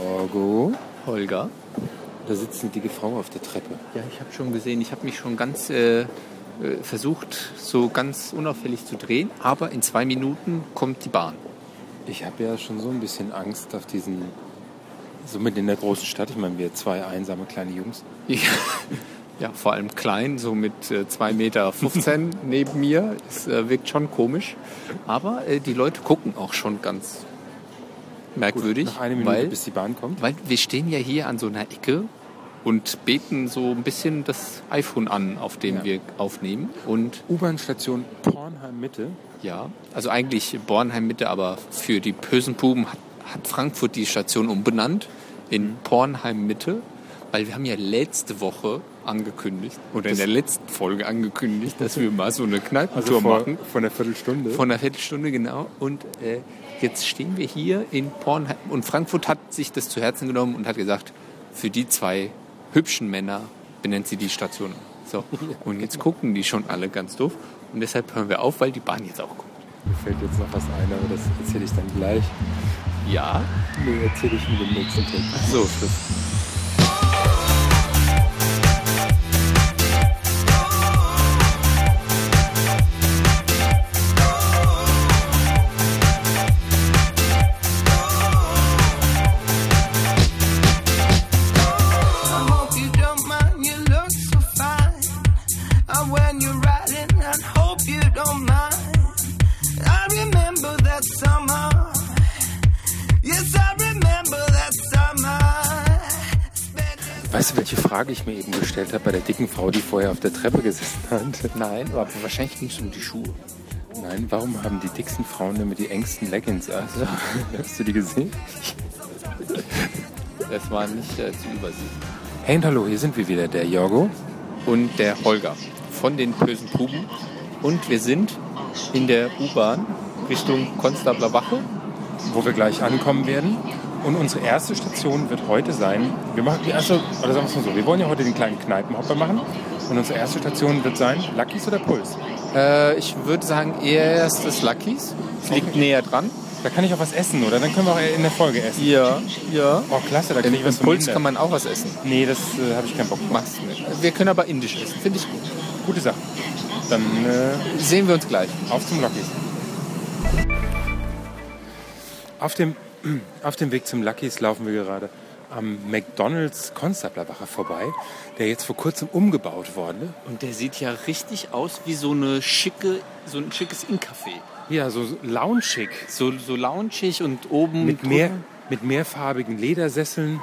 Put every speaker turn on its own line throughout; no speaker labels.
Jorgo,
Holger.
da sitzt eine dicke Frau auf der Treppe.
Ja, ich habe schon gesehen, ich habe mich schon ganz äh, äh, versucht, so ganz unauffällig zu drehen, aber in zwei Minuten kommt die Bahn.
Ich habe ja schon so ein bisschen Angst auf diesen, so mit in der großen Stadt. Ich meine, wir zwei einsame kleine Jungs.
Ich, ja, vor allem klein, so mit äh, 2,15 Meter neben mir. Es äh, wirkt schon komisch. Aber äh, die Leute gucken auch schon ganz merkwürdig.
Nach einer Minute,
weil,
bis die Bahn kommt.
weil wir stehen ja hier an so einer Ecke und beten so ein bisschen das iPhone an, auf dem
Ja.
wir aufnehmen. Und
U-Bahn-Station Pornheim Mitte.
ja, also eigentlich Bornheim Mitte, aber für die bösen Buben hat, hat Frankfurt die Station umbenannt in Pornheim Mitte, weil wir haben ja letzte Woche angekündigt oder in der letzten Folge angekündigt, dass wir mal so eine
Also
Kneipentour machen.
von der Viertelstunde.
Von Also einer Viertelstunde genau. Und äh, jetzt stehen wir hier in Pornheim. Und Frankfurt hat sich das zu Herzen genommen und hat gesagt, für die zwei hübschen Männer benennt sie die Station. So. Und jetzt gucken die schon alle ganz doof. Und deshalb hören wir auf, weil die Bahn jetzt auch kommt.
Mir fällt jetzt noch was ein, aber das erzähle ich dann gleich.
Ja.
Nee, erzähle ich in dem nächsten Text.
So, Schluss.
I hope you don't mind, you look so fine. And when you're riding, I hope you don't mind. I remember that summer. Yes, I remember that summer. Spent a
Weißt du, welche Frage ich mir eben gestellt habe bei der dicken Frau, die vorher auf der Treppe gesessen hat?
Nein, aber wahrscheinlich ging es um die Schuhe.
Nein, warum haben die dicksten Frauen immer die engsten Leggings an? Hast du die gesehen?
Das war nicht äh, zu übersehen.
Hey und hallo, hier sind wir wieder, der Jorgo.
Und der Holger von den bösen Buben. Und wir sind in der U-Bahn Richtung Konstabler Wache.
wo wir gleich ankommen werden. Und unsere erste Station wird heute sein. Wir machen die erste, oder sagen wir es mal so, wir wollen ja heute den kleinen Kneipenhopper machen. Und unsere erste Station wird sein, Lucky's oder Puls.
Äh, ich würde sagen, erst das Lucky's. Es liegt näher dran.
Da kann ich auch was essen, oder? Dann können wir auch in der Folge essen.
Ja, ja.
Oh, klasse, da
Im
kriege ich was vom
Puls
Inder.
kann man auch was essen.
Nee, das äh, habe ich keinen Bock drauf.
Machst du nicht. Wir können aber indisch essen. Finde ich gut.
Gute Sache. Dann äh,
Sehen wir uns gleich.
auf zum Lucky's. Auf dem, auf dem Weg zum Lucky's laufen wir gerade am McDonald's Konstablerbacher vorbei, der jetzt vor kurzem umgebaut worden ist.
Und der sieht ja richtig aus wie so eine schicke, so ein schickes Inn-Café.
Ja, so loungeig.
So, so loungig und oben
Mit,
drüben.
mehr, mit mehrfarbigen Ledersesseln.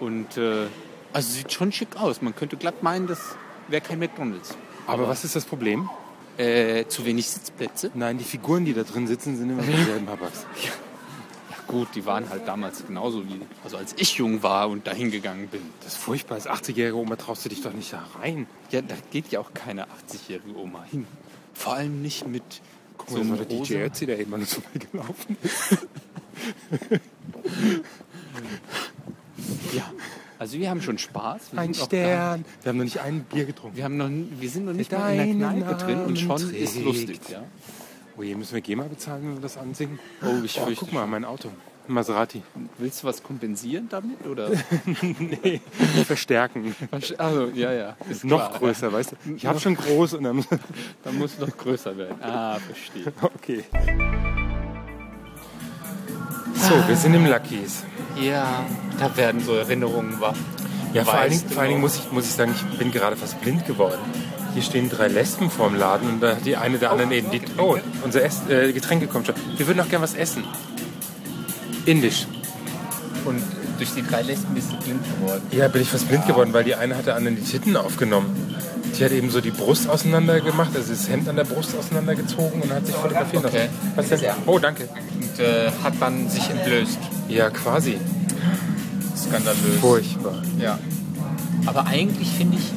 Und äh, also sieht schon schick aus. Man könnte glatt meinen, das wäre kein McDonalds.
Aber was ist das Problem?
Äh, zu wenig Sitzplätze?
Nein, die Figuren, die da drin sitzen, sind immer dieselben Habaks.
Ja gut, die waren halt damals genauso wie, also als ich jung war und dahin gegangen bin.
Das ist furchtbar. Als 80-jährige Oma traust du dich doch nicht da rein.
Ja, da geht ja auch keine 80-jährige Oma hin. Vor allem nicht mit so
So
einem
war der DJ
rosa.
Ötzi, der eben an uns vorbeigelaufen ist.
Ja, also wir haben schon Spaß. Wir
Ein
sind auch da.
Stern. Wir haben noch nicht ein Bier getrunken.
Wir, haben noch, n- wir sind noch nicht mal in der
Deinen
Kneipe drin und schon
Namen
ist
trägt.
lustig. Ja?
Oh je, müssen wir GEMA bezahlen, wenn wir das ansingen?
Oh, ich fürchte
guck mal, mein Auto. Ein Maserati.
Willst du was kompensieren damit? Oder?
Verstärken.
also, ja, ja. Ist
Noch
klar.
größer, weißt du? Ich habe schon groß und dann...
Dann muss noch größer werden. Ah, verstehe.
Okay. So, wir sind im Lucky's.
Ja, da werden so Erinnerungen wach.
Ja, vor
Weißt
allen, Dingen,
du
vor allen Dingen
noch?
muss ich, muss ich sagen, ich bin gerade fast blind geworden. Hier stehen drei Lesben vorm Laden und da hat die eine der anderen eben die. Oh, unser Ess, äh, Getränke kommt schon. Wir würden auch gern was essen. Indisch.
Und durch die drei Lesben bist du blind geworden.
Ja, bin ich fast blind geworden, weil die eine hat der anderen die Titten aufgenommen. Die hat eben so die Brust auseinander gemacht, also das Hemd an der Brust auseinandergezogen und hat sich fotografieren lassen.
Okay.
Was denn? Oh, danke.
Und äh, hat dann sich entblößt.
Ja, quasi.
Skandalös.
Furchtbar.
Ja. Aber eigentlich finde ich,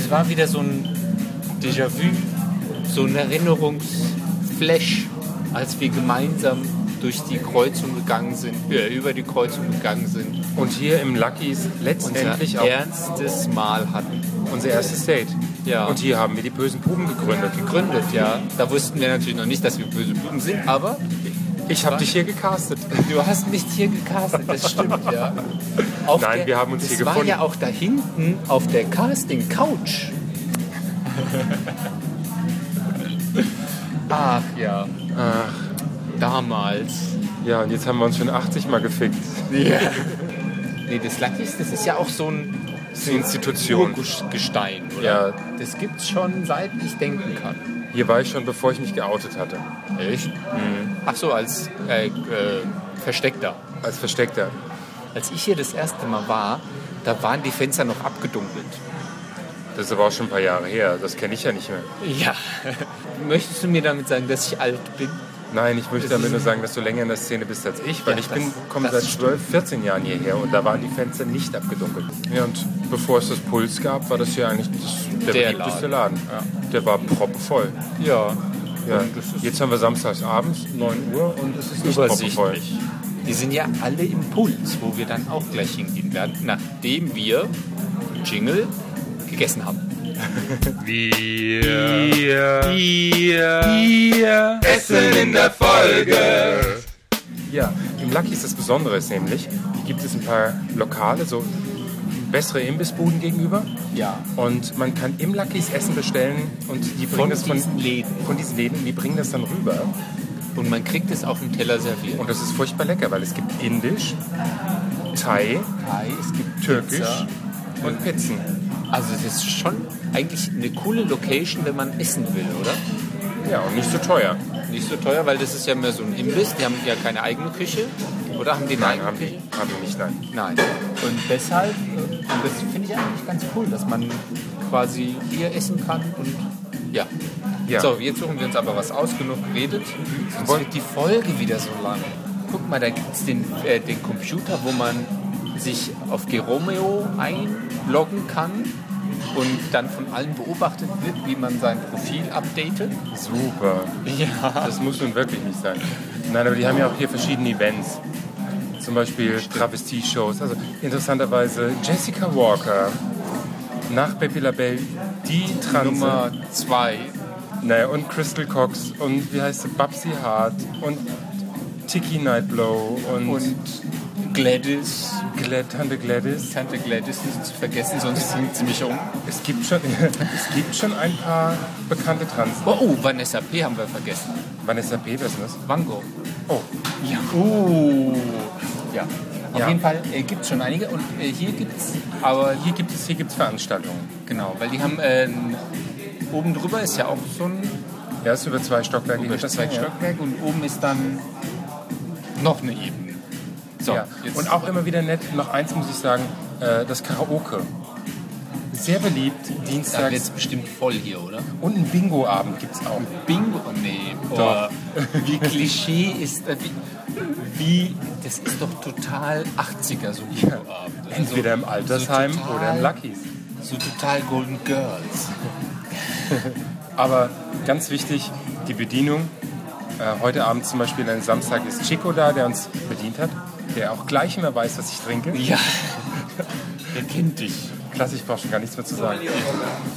es war wieder so ein Déjà-vu, so ein Erinnerungsflash, als wir gemeinsam durch die Kreuzung gegangen sind, äh, über die Kreuzung gegangen sind.
Und hier im Lucky's letztendlich
Unser
auch
ernstes Mal hatten.
unser erstes Date.
Ja.
Und hier haben wir die bösen Buben gegründet.
Gegründet, ja. Da wussten wir natürlich noch nicht, dass wir böse Buben sind, aber
Ich habe dich hier gecastet.
Du hast mich hier gecastet, das stimmt, ja. Auf
Nein, wir haben uns
das
hier
war
gefunden.
ja auch da hinten auf der Casting-Couch. Ach ja. Damals.
Ja, und jetzt haben wir uns schon 80 Mal gefickt.
Nee, das Luckys, das ist ja auch so ein
Das ist eine Institution.
Urgestein, oder?
Ja,
Das gibt's schon seit ich denken kann.
hier war ich schon, bevor ich mich geoutet hatte.
Echt?
Mhm.
Ach so, als äh, äh, Versteckter.
Als Versteckter.
Als ich hier das erste Mal war, da waren die Fenster noch abgedunkelt.
Das ist aber auch schon ein paar Jahre her. Das kenne ich ja nicht mehr.
Ja. Möchtest du mir damit sagen, dass ich alt bin?
Nein, ich möchte damit nur sagen, dass du länger in der Szene bist als ich, weil
Ja,
ich
das-
bin, komme
das
seit 12, 14 Jahren hierher und da waren die Fenster nicht abgedunkelt. Ja, und bevor es das Puls gab, war das hier eigentlich das, der,
Der
beliebteste Laden. Der war proppenvoll.
Ja.
Ja. Jetzt haben wir samstags abends, 9 Uhr und es ist nicht proppenvoll.
Übersichtlich. Die sind ja alle im Puls, wo wir dann auch gleich hingehen werden, nachdem wir Jingle gegessen haben.
Ja, im Lucky ist das Besondere ist nämlich, hier gibt es ein paar Lokale, so bessere Imbissbuden gegenüber.
Ja.
Und man kann im Lucky's Essen bestellen und die bringen
Von
das von,
diesen Läden.
von diesen Läden, die bringen das dann rüber.
Und man kriegt es auf dem Teller serviert.
Und das ist furchtbar lecker, weil es gibt Indisch, Thai,
Thai, es gibt
Türkisch
Pizza.
und Pizzen.
Also das ist schon eigentlich eine coole Location, wenn man essen will, oder?
Ja, und nicht so teuer.
Nicht so teuer, weil das ist ja mehr so ein Imbiss. Die haben ja keine eigene Küche. Oder haben die eine
Nein,
eigene
haben die,
Küche?
haben die nicht, nein.
Nein. Und deshalb, äh, und das finde ich eigentlich ganz cool, dass man quasi hier essen kann und ja.
Ja.
So, jetzt suchen wir uns aber was aus, genug geredet. Sonst
Wollen-
wird die Folge wieder so lang. Guck mal, da gibt es den, äh, den Computer, wo man sich auf Geromeo einloggen kann und dann von allen beobachtet wird, wie man sein Profil updatet.
Super.
Ja.
Das muss nun wirklich nicht sein. Nein, aber die haben ja auch hier verschiedene Events. Zum Beispiel Travestie-Shows. Also interessanterweise Jessica Walker nach Baby LaBelle, die Transe.
Nummer zwei.
Naja, und Crystal Cox und wie heißt sie? Babsy Hart und Tiki Nightblow und,
Und Gladys,
Glad, Tante Gladys.
Tante Gladys nicht zu vergessen, sonst bringt sie mich um.
Es gibt, schon, es gibt schon ein paar bekannte Trans.
Oh, oh, Vanessa P. haben wir vergessen.
Vanessa P. wer ist denn das?
Van Gogh.
Oh,
Ja. Uh. ja. Auf
Ja.
jeden Fall äh, gibt es schon einige und äh, hier gibt es, aber hier gibt es, hier gibt
gibt's Veranstaltungen.
genau, weil die haben, ähm, oben drüber ist ja auch so ein
Ja, ist über zwei Stockwerke. geht das
Stockwerk
her.
Stockwerk und oben ist dann noch eine Ebene. So,
Ja.
jetzt
Und auch immer wieder nett, noch eins muss ich sagen, äh, das Karaoke. Sehr beliebt,
da
dienstags.
wird's bestimmt voll hier, oder?
Und einen Bingo-Abend gibt es auch.
Bingo, oh, nee.
Doch.
Oh, wie Klischee ist das? Wie, wie, das ist doch total 80er so Bingo-Abend. Also,
Entweder im Altersheim
total-
oder im Luckies.
So total Golden Girls.
Aber ganz wichtig, die Bedienung. Äh, heute Abend zum Beispiel am Samstag ist Chico da, der uns bedient hat, der auch gleich immer weiß, was ich trinke.
Ja. Der kennt dich.
Klasse, ich brauche schon gar nichts mehr zu sagen.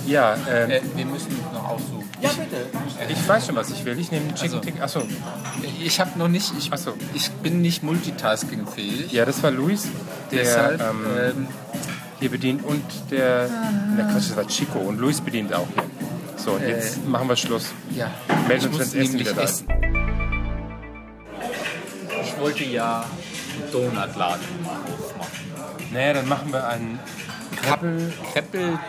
Ja, ähm,
Äh, wir müssen noch aussuchen. Ja, bitte.
ich weiß schon, was ich will. Ich nehme einen Chicken
Also.
Tick. Achso,
Ich habe noch nicht. Ich,
Ach so.
ich bin nicht multitaskingfähig.
ja, das war Luis, der
Deshalb.
ähm,
ähm,
hier bedient und der. Na Quatsch, das war Chico und Luis bedient auch hier. So, und jetzt machen wir Schluss.
ja.
Melden uns,
ich muss
wenn's Essen
nämlich
wieder da ist.
essen. Ich wollte ja einen Donutladen mal aufmachen.
Naja, dann machen wir einen Kappel,
Kreppel,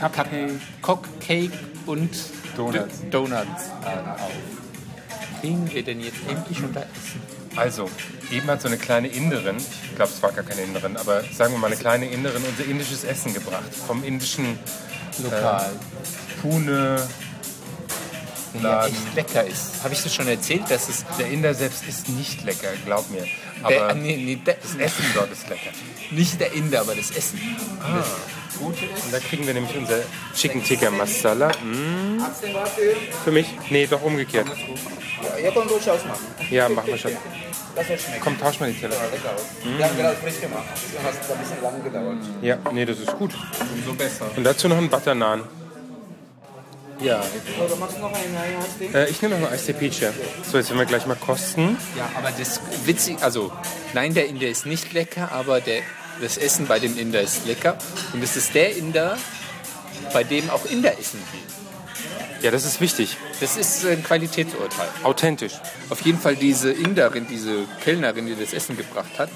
Cupcake,
Cockcake und
Donuts.
D- Donuts Laden auf. Kriegen wir denn jetzt endlich unter Essen?
Also, eben hat so eine kleine Inderin, ich glaube, es war gar keine Inderin, aber sagen wir mal eine kleine Inderin, unser indisches Essen gebracht. Vom indischen
Lokal.
Pune.
ja,
Laden.
echt lecker ist. Habe ich dir schon erzählt, dass es
Der Inder selbst ist nicht lecker, glaub mir.
Der,
Aber
nee, nee, der,
das Essen dort ist lecker.
nicht der Inder, aber das Essen.
Und da kriegen wir nämlich unser Chicken Tikka Masala. Mm. Für mich? Nee, doch umgekehrt.
Ja, kommt ruhig ausmachen.
Ja, machen wir schon.
Das soll schmecken.
Komm, tausch mal die Teller.
Lecker aus. Wir haben gerade frisch gemacht. Genau, Das hat ein bisschen lang gedauert.
Ja, nee, das ist gut.
Umso besser.
Und dazu noch ein Butter Naan. Ja.
Oder machst du noch ein Eisding?
Äh, ich nehme noch eine Eistee-Peache. So, jetzt werden wir gleich mal kosten.
Ja, aber das witzig, also nein, der Inder ist nicht lecker, aber der, das Essen bei dem Inder ist lecker. Und es ist der Inder, bei dem auch Inder essen gehen.
Ja, das ist wichtig.
Das ist ein Qualitätsurteil.
Authentisch.
Auf jeden Fall diese Inderin, diese Kellnerin, die das Essen gebracht hat,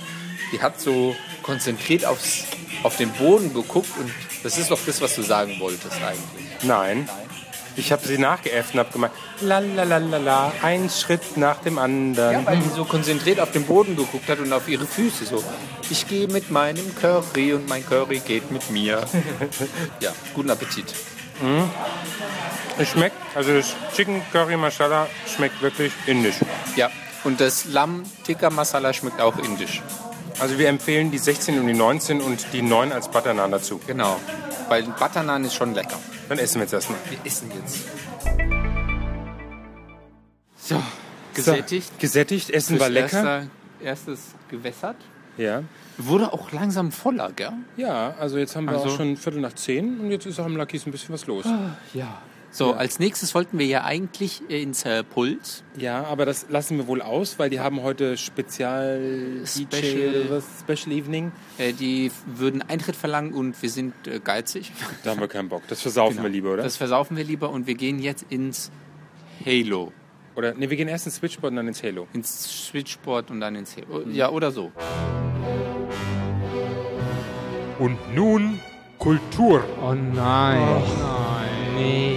die hat so konzentriert aufs, auf den Boden geguckt und das ist doch das, was du sagen wolltest eigentlich.
Nein. Ich habe sie nachgeäfft und habe gemeint, la la la la la, ein Schritt nach dem anderen.
Ja, weil Also sie so konzentriert auf den Boden geguckt hat und auf ihre Füße so. Ich gehe mit meinem Curry und mein Curry geht mit mir. ja, guten Appetit.
Es schmeckt, also das Chicken Curry Masala schmeckt wirklich indisch.
Ja, und das Lamm Tikka Masala schmeckt auch indisch.
Also wir empfehlen die 16 und die 19 und die 9 als Butter Naan dazu.
Genau, weil Butter Naan ist schon lecker.
Dann essen wir jetzt erstmal.
Wir essen jetzt.
So, gesättigt.
So, gesättigt, Essen war lecker.
Erster, erstes gewässert.
Ja.
Wurde auch langsam voller, gell?
ja, also jetzt haben wir
Also- Ah.
auch schon Viertel nach zehn und jetzt ist auch im Lucky's ein bisschen was los.
Ja. So, als nächstes wollten wir ja eigentlich ins äh, Puls.
Ja, aber das lassen wir wohl aus, weil die haben heute Spezial DJ
Special.
oder was, Special Evening.
Äh, die würden Eintritt verlangen und wir sind äh, geizig.
Da haben wir keinen Bock. Das versaufen wir lieber, oder?
Das versaufen wir lieber und wir gehen jetzt ins Halo.
oder nee, wir gehen erst ins Switchboard und dann ins Halo.
Ins Switchboard und dann ins Halo.
Mhm.
Ja, oder so.
Und nun Kultur.
Oh nein. Nee.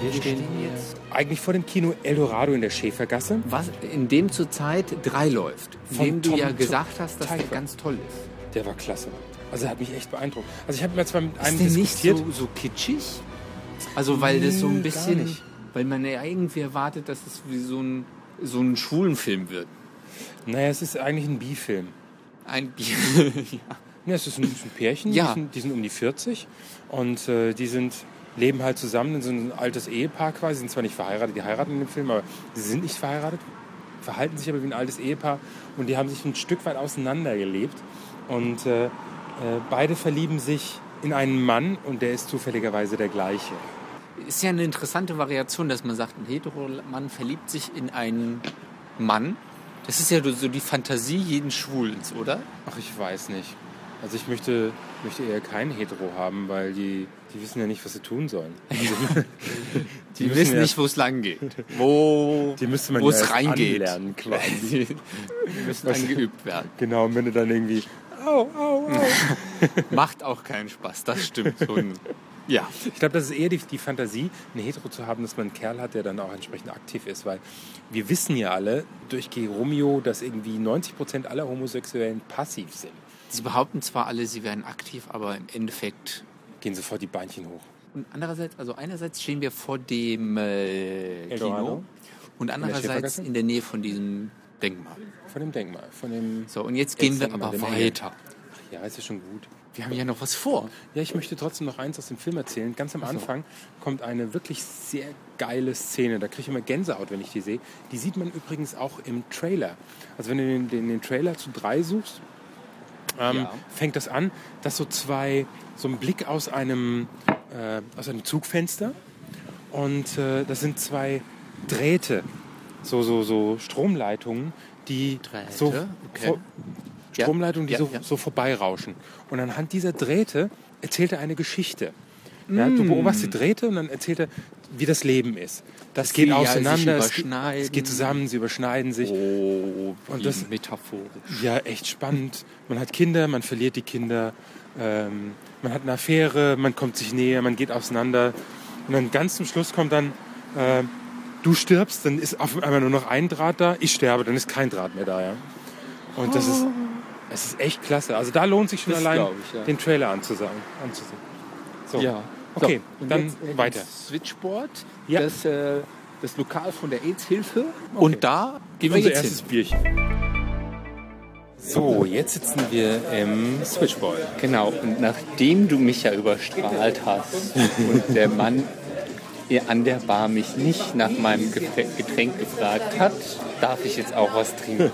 Wir stehen jetzt
Eigentlich vor dem Kino Eldorado in der Schäfergasse.
Was, in dem zurzeit drei läuft. In
Von
dem du
Tom
ja
zu-
gesagt hast, dass der
Tiger.
ganz toll ist.
Der war klasse. Also er hat mich echt beeindruckt. Also ich habe mir zwar mit einem
Ist der nicht
diskutiert.
so, so kitschig? Also weil das so
Nee, gar
ein bisschen...
nicht.
Weil man ja irgendwie erwartet, dass es wie so ein, so ein schwulen Film wird.
Naja, es ist eigentlich ein B-Film.
Ein ja.
Ja, es ist ein, es ist ein Pärchen,
Ja.
die, sind, die sind um die 40 und äh, die sind, leben halt zusammen in so ein altes Ehepaar quasi, sind zwar nicht verheiratet, die heiraten in dem Film, aber sie sind nicht verheiratet, verhalten sich aber wie ein altes Ehepaar und die haben sich ein Stück weit auseinandergelebt und äh, äh, beide verlieben sich in einen Mann und der ist zufälligerweise der gleiche.
Ist ja eine interessante Variation, dass man sagt, ein Heteromann verliebt sich in einen Mann. Das ist ja so die Fantasie jeden Schwulens, oder?
Ach, ich weiß nicht. Also ich möchte, möchte eher keinen Hetero haben, weil die, die wissen ja nicht, was sie tun sollen.
Die,
müssen
wissen
ja-
nicht, wo es lang geht. Wo
Die müsste man
wo
ja
es
erst
reingeht.
anlernen quasi.
Die müssen angeübt werden.
Genau, und wenn du dann irgendwie
Macht auch keinen Spaß, das stimmt schon. Ja,
Ich glaube, das ist eher die, die Fantasie, einen Hetero zu haben, dass man einen Kerl hat, der dann auch entsprechend aktiv ist, weil wir wissen ja alle durch G. Romeo, dass irgendwie 90% aller Homosexuellen passiv sind.
sie behaupten zwar alle, sie wären aktiv, aber im Endeffekt.
Gehen sofort die Beinchen hoch.
Und andererseits, also einerseits stehen wir vor dem äh,
Eldorado.
Kino und andererseits
Schäfergasse?
in der Nähe von diesem Denkmal.
Von dem Denkmal, von dem...
So, und jetzt gehen wir
Denkmal,
aber
dem
weiter.
Ja, ist ja schon gut.
Wir haben ja noch was vor.
Ja, ich möchte trotzdem noch eins aus dem Film erzählen. Ganz am Anfang kommt eine wirklich sehr geile Szene. Da kriege ich immer Gänsehaut, wenn ich die sehe. Die sieht man übrigens auch im Trailer. Also wenn du den, den, den Trailer zu drei suchst, ähm,
Ja.
fängt das an, dass so zwei, so ein Blick aus einem, äh, aus einem Zugfenster und äh, das sind zwei Drähte, so, so, so Stromleitungen, die
Drähte?
so
Okay.
vor- Stromleitungen, die
Ja,
so,
ja.
so vorbeirauschen. Und anhand dieser Drähte erzählt er eine Geschichte. Ja,
Mm.
Du beobachtest die Drähte und dann erzählt er, wie das Leben ist. Das geht
sie ja sich
auseinander, es,
überschneiden.
es geht zusammen, sie überschneiden sich.
Oh,
Und
und
das-
das metaphorisch.
Ja, echt spannend. Man hat Kinder, man verliert die Kinder, ähm, man hat eine Affäre, man kommt sich näher, man geht auseinander. Und dann ganz zum Schluss kommt dann, äh, du stirbst, dann ist auf einmal nur noch ein Draht da, ich sterbe, dann ist kein Draht mehr da. Ja? Und das ist, es ist echt klasse. Also da lohnt sich schon
Oh. Das
allein,
glaub ich, ja.
den Trailer anzusagen, anzusehen. So,
Ja.
okay,
So, und
dann
jetzt, äh,
weiter.
das Switchboard,
Ja.
das, äh, das Lokal von der AIDS-Hilfe. Und da gehen wir
Unser
jetzt
erstes
hin.
Bierchen. So, jetzt sitzen wir im Switchball.
Genau, und nachdem du mich ja überstrahlt hast und der Mann ihr an der Bar mich nicht nach meinem Gefe- Getränk gefragt hat, darf ich jetzt auch was trinken?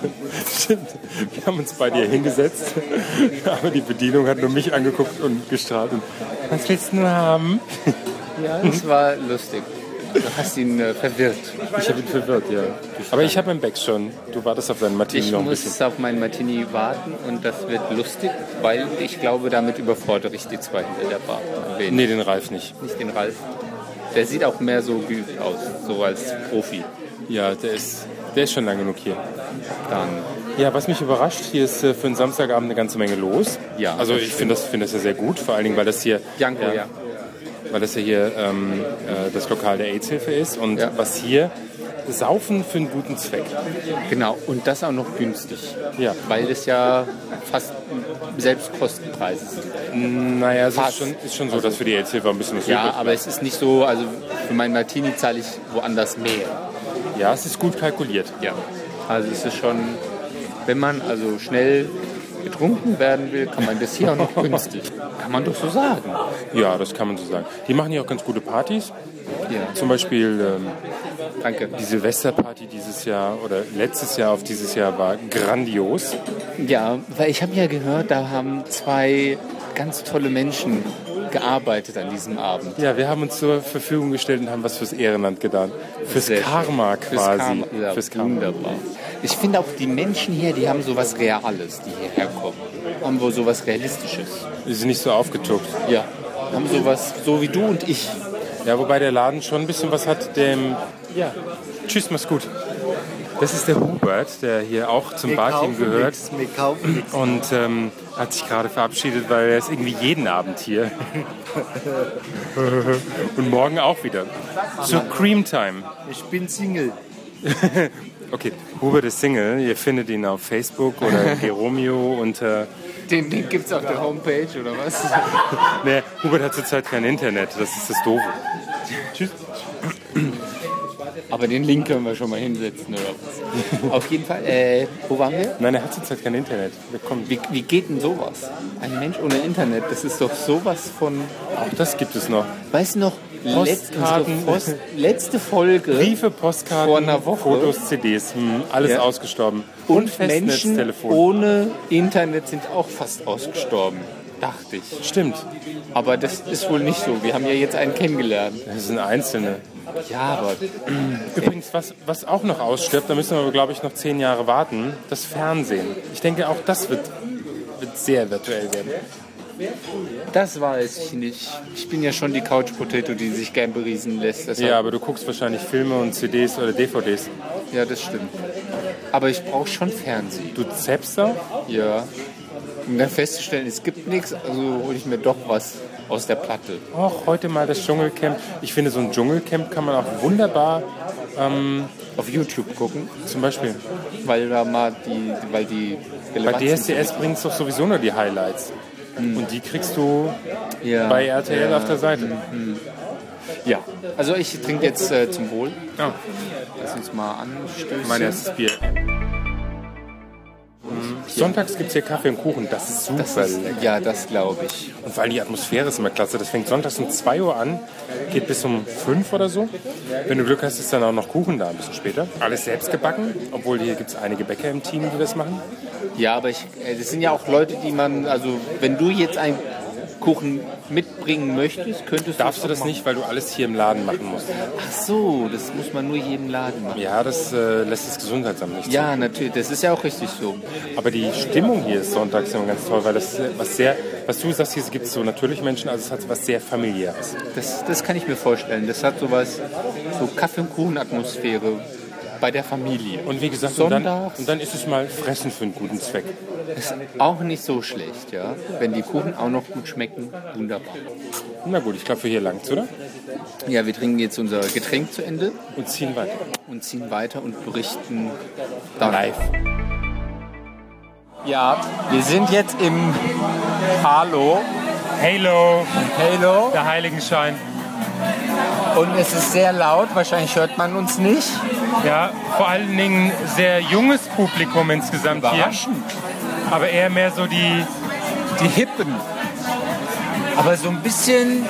Stimmt. Wir haben uns bei dir hingesetzt, aber die Bedienung hat nur mich angeguckt und gestrahlt. Und, was willst du nur haben?
ja, das war lustig. Du hast ihn äh, verwirrt.
Ich habe ihn verwirrt, ja. Aber ich habe meinen Becks schon. Du wartest auf deinen Martini
Ich
noch ein bisschen.
muss auf meinen Martini warten und das wird lustig, weil ich glaube, damit überfordere ich die zwei hinter der Bar. Wen?
Nee, den Ralf nicht.
Nicht den Ralf. Der sieht auch mehr so geübt aus, so als Profi.
Ja, der ist, der ist schon lang genug hier.
Dann
Ja, was mich überrascht, hier ist äh, für einen Samstagabend eine ganze Menge los.
Ja,
Also
das
ich finde das, finde das ja sehr gut, vor allen Dingen, weil das hier,
Janko, ja.
weil das ja hier ähm, äh, das Lokal der AIDS-Hilfe ist und
Ja.
was hier saufen für einen guten Zweck.
Genau, und das auch noch günstig.
Ja.
Weil das ja fast Selbstkostenpreis ist.
Naja, es ist
Fast.
schon, ist schon so, dass für die AIDS-Hilfe ein bisschen was
Ja,
übrig
aber es ist nicht so, also für meinen Martini zahle ich woanders mehr.
bleibt. ja, es ist gut kalkuliert.
Ja. Also es ist schon, wenn man also schnell getrunken werden will, kann man das hier auch noch günstig. Kann man doch so sagen.
Ja, das kann man so sagen. Die machen hier auch ganz gute Partys.
Ja,
Zum Beispiel ähm,
danke.
die Silvesterparty dieses Jahr oder letztes Jahr auf dieses Jahr war grandios.
Ja, weil ich habe ja gehört, da haben zwei ganz tolle Menschen gearbeitet an diesem Abend.
Ja, wir haben uns zur Verfügung gestellt und haben was fürs Ehrenamt getan. Fürs
Sehr schön.
Karma quasi.
Karma. Ja,
Fürs Karma.
Wunderbar. Ich finde auch die Menschen hier, die haben sowas Reales, die hierher kommen. Haben wohl sowas Realistisches.
Die sind nicht so aufgetuckt.
Ja. Haben sowas, so wie du und ich.
Ja, wobei der Laden schon ein bisschen was hat, dem. Ja. Tschüss, mach's gut. Das ist der Hubert, der hier auch zum Barteam gehört
nichts, wir kaufen nichts.
und ähm, hat sich gerade verabschiedet, weil er ist irgendwie jeden Abend hier. und morgen auch wieder. Zur Cream Time.
Ich bin Single.
Okay, Hubert ist Single. Ihr findet ihn auf Facebook oder Geromeo unter.
Den Link gibt es auf der Homepage, oder was?
Nee, ne, Hubert hat zurzeit kein Internet, das ist das Doofe.
Aber den Link können wir schon mal hinsetzen, oder was? auf jeden Fall, äh, wo waren wir?
Nein, er hat zurzeit kein Internet. Wir kommen.
Wie, wie geht denn sowas? Ein Mensch ohne Internet, das ist doch sowas von...
Auch das gibt es noch.
Weißt du noch, letzt, unsere
Postkarten.
Post, letzte Folge...
Briefe, Postkarten,
Vor einer Woche.
Fotos, CDs, hm, alles
Ja.
ausgestorben.
Und Menschen
Festnetztelefon.
ohne Internet sind auch fast ausgestorben, dachte ich.
Stimmt,
Aber das ist wohl nicht so. Wir haben ja jetzt einen kennengelernt.
das sind einzelne.
Ja, aber
Übrigens, was, was auch noch ausstirbt, da müssen wir, glaube ich, noch zehn Jahre warten, das Fernsehen. Ich denke, auch das wird, wird sehr virtuell werden.
das weiß ich nicht. Ich bin ja schon die Couch Potato, die sich gern beriesen lässt.
Ja,
Deshalb,
aber du guckst wahrscheinlich Filme und CDs oder DVDs.
ja. ja, das stimmt. Aber ich brauche schon Fernsehen.
Du zappst auch?
Ja. Um dann festzustellen, es gibt nichts, also hole ich mir doch was aus der Platte.
Och, heute mal das Dschungelcamp. Ich finde, so ein Dschungelcamp kann man auch wunderbar,
Auf YouTube gucken,
zum Beispiel,
weil da mal die, weil die
bei
Relevanz
DSDS bringst du doch sowieso nur die Highlights.
Hm.
Und die kriegst du
ja.
bei RTL auf der Seite.
Ja, also ich trinke jetzt äh, zum Wohl.
Ja.
Lass uns mal anstößen.
Mein erstes Bier. Mhm. Sonntags gibt es hier Kaffee und Kuchen, das ist super
das ist,
lecker.
ja, das glaube ich.
Und vor allem die Atmosphäre ist immer klasse. Das fängt sonntags um 2 Uhr an, geht bis um 5 oder so. Wenn du Glück hast, ist dann auch noch Kuchen da ein bisschen später. Alles selbst gebacken, obwohl hier gibt es einige Bäcker im Team, die das machen.
Ja, aber ich, äh, das sind ja auch Leute, die man, also wenn du jetzt einen Kuchen mitbringen möchtest, könntest
Darfst du
auch
das
machen.
nicht, weil du alles hier im Laden machen musst?
Ach so, das muss man nur jedem Laden machen.
Ja, das äh, lässt das Gesundheitsamt nicht
Ja, natürlich, das ist ja auch richtig so.
Aber die Stimmung hier ist sonntags immer ganz toll, weil das äh, was sehr, was du sagst, hier gibt es so natürlich Menschen, also es hat was sehr familiäres.
Das, das kann ich mir vorstellen. Das hat sowas, so Kaffee- und Kuchen-Atmosphäre bei der Familie.
Und wie gesagt, und dann,
Sonntags
und dann ist es mal Fressen für einen guten Zweck.
ist auch nicht so schlecht, ja. Wenn die Kuchen auch noch gut schmecken, wunderbar.
Na gut, ich glaube, für hier langt's, oder?
Ja, wir trinken jetzt unser Getränk zu Ende
Und ziehen weiter.
und ziehen weiter und berichten dann live. Ja, wir sind jetzt im Halo
Halo,
Halo.
der Heiligenschein.
Und es ist sehr laut, wahrscheinlich hört man uns nicht.
Ja, vor allen Dingen sehr junges Publikum insgesamt hier. Aber eher mehr so die,
Die Hippen. Aber so ein bisschen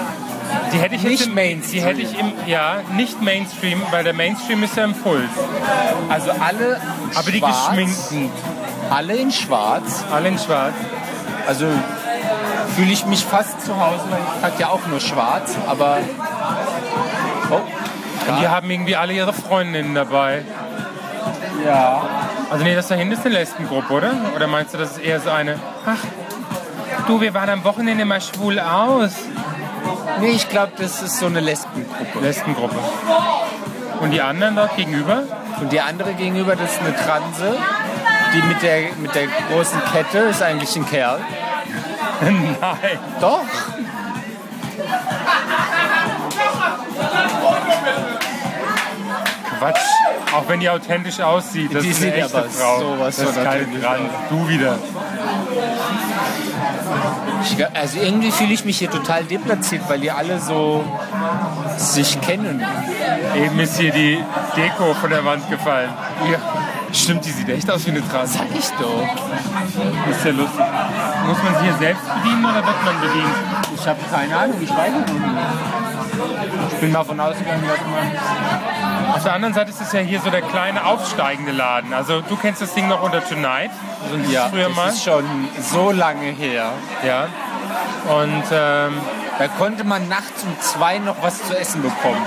Die hätte ich jetzt
Nicht
im, Die
Mainstream.
hätte ich im, ja, nicht Mainstream, weil der Mainstream ist ja Impuls.
Also alle
Aber die
schwarz,
geschminkten,
Alle in schwarz.
alle in schwarz.
Also fühle ich mich fast zu Hause, weil ich trage ja auch nur schwarz, aber... Oh,
Die haben irgendwie alle ihre Freundinnen dabei.
ja.
Also nee, das da hinten ist eine Lesbengruppe, oder? Oder meinst du, das ist eher so eine, ach, du, wir waren am Wochenende mal schwul aus.
Nee, ich glaube, das ist so eine Lesbengruppe.
Lesbengruppe. Und die anderen dort gegenüber?
Und die andere gegenüber, das ist eine Transe. Die mit der, mit der großen Kette ist eigentlich ein Kerl.
Nein.
Doch.
Quatsch. Auch wenn die authentisch aussieht, das
Die
ist eine
sieht
echte
aber
Frau.
sowas
das ist
von
keine
authentisch
Trans. Du wieder.
Ich, glaub- also irgendwie fühle ich mich hier total deplatziert, weil die alle so sich kennen.
Eben ist hier die Deko von der Wand gefallen. Ja. Stimmt, die sieht echt aus wie eine Trans.
Sag ich doch.
Ist ja lustig. Muss man sie hier selbst bedienen oder wird man bedient?
Ich habe keine Ahnung, ich weiß es nicht. Ich bin davon ausgegangen, dass man...
Auf der anderen Seite ist es ja hier so der kleine aufsteigende Laden. Also du kennst das Ding noch unter Tonight.
Ja,
früher
das
mal?
ist schon so lange her.
Ja. Und ähm,
Da konnte man nachts um zwei noch was zu essen bekommen.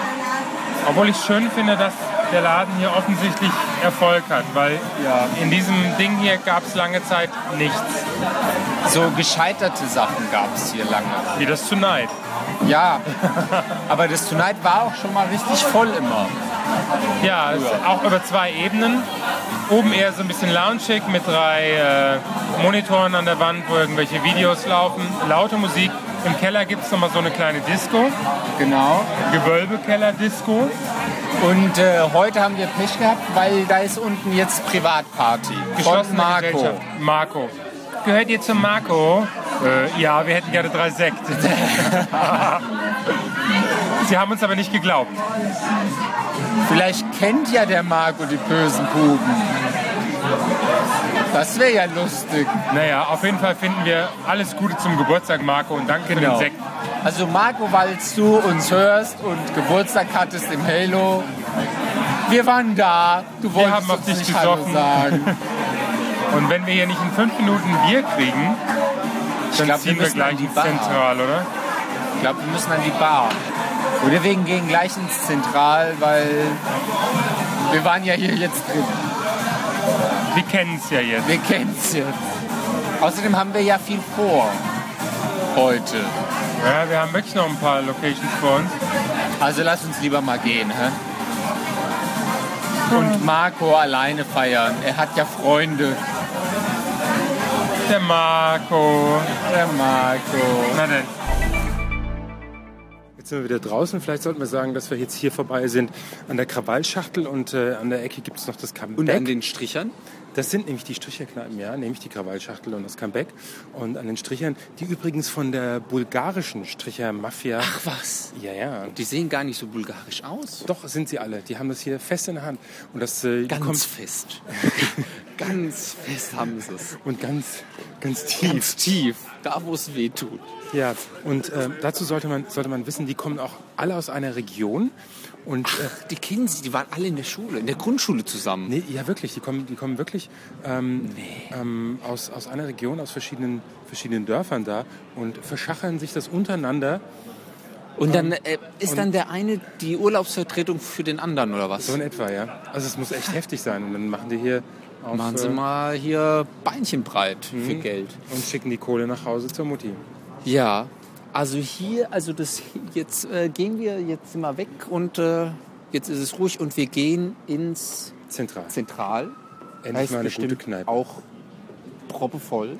obwohl ich schön finde, dass der Laden hier offensichtlich Erfolg hat, weil
Ja.
in diesem Ding hier gab es lange Zeit nichts,
So gescheiterte Sachen gab es hier lange.
wie das Tonight.
Ja, aber das Tonight war auch schon mal richtig voll immer.
Ja, es, auch über zwei Ebenen. Oben eher so ein bisschen loungeig mit drei äh, Monitoren an der Wand, wo irgendwelche Videos laufen, laute Musik. Im Keller gibt es nochmal so eine kleine Disco,
Genau.
Gewölbekeller-Disco.
Und äh, heute haben wir Pech gehabt, weil da ist unten jetzt Privatparty. Von
Geschlossene
Marco.
Gesellschaft. Marco. Gehört ihr zu Marco? Äh, ja, wir hätten gerne drei Sekt. Sie haben uns aber nicht geglaubt.
Vielleicht kennt ja der Marco die bösen Buben. Das wäre ja lustig.
Naja, auf jeden Fall finden wir alles Gute zum Geburtstag, Marco, und danke
Genau.
für den Sekt.
Also Marco, falls du uns hörst und Geburtstag hattest im Halo, wir waren da. Du wolltest
haben auf
uns
dich
nicht Hallo
gesoffen.
sagen.
Und wenn wir hier nicht in fünf Minuten Bier kriegen, dann
glaub, wir
ziehen wir,
müssen an
gleich
die
ins
Bar.
Zentral, oder?
Ich glaube, wir müssen an die Bar. Oder wir gehen gleich ins Zentral, weil wir waren ja hier jetzt drin.
Wir kennen es ja jetzt.
Wir kennen's jetzt. Außerdem haben wir ja viel vor heute.
Ja, wir haben wirklich noch ein paar Locations vor uns.
Also lass uns lieber mal gehen, hä? Und Marco alleine feiern. Er hat ja Freunde.
Der Marco.
Der Marco.
Na denn.
Jetzt sind wir wieder draußen. Vielleicht sollten wir sagen, dass wir jetzt hier vorbei sind an der Krawallschachtel und äh, an der Ecke gibt es noch das Comeback.
Und an den Strichern?
das sind nämlich die Stricherkneipen, ja, nämlich die Krawallschachtel und das Comeback. Und an den Strichern, die übrigens von der bulgarischen Strichermafia.
Ach was,
Ja, ja.
die sehen gar nicht so bulgarisch aus.
Doch sind sie alle. Die haben das hier fest in der Hand. Und das äh,
Ganz
kommt
fest. ganz fest haben sie es.
und ganz, ganz tief.
Ganz tief, da wo es weh tut.
Ja, und ähm, dazu sollte man, sollte man wissen, die kommen auch alle aus einer Region. Und äh,
Die Kinder, die waren alle in der Schule, in der Grundschule zusammen.
nee, ja wirklich, die kommen, die kommen wirklich ähm, ähm, aus, aus einer Region, aus verschiedenen, verschiedenen Dörfern da und verschachern sich das untereinander.
Und dann
Ähm,
äh, ist dann der eine die Urlaubsvertretung für den anderen oder was?
So in etwa, ja. Also es muss echt heftig sein. Und dann machen die hier auf,
Machen Sie
äh,
mal hier Beinchen breit für
Mhm.
Geld.
und schicken die Kohle nach Hause zur Mutti.
Ja, also hier, also das jetzt äh, gehen wir jetzt sind wir weg und äh, jetzt ist es ruhig und wir gehen ins
Zentral.
Zentral.
Endlich mal eine gute Kneipe.
Auch proppevoll.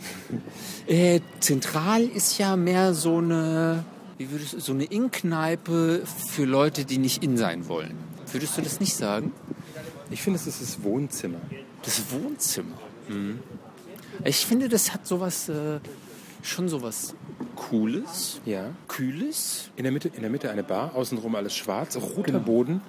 äh, Zentral ist ja mehr so eine, wie würdest du, so eine In-Kneipe für Leute, die nicht in sein wollen. Würdest du das nicht sagen?
Ich finde, es ist das Wohnzimmer.
Das Wohnzimmer. Mhm. Ich finde, das hat sowas, äh, schon sowas Cooles,
Ja.
Kühles
In der Mitte, in der Mitte eine Bar, außenrum alles schwarz, roter Boden.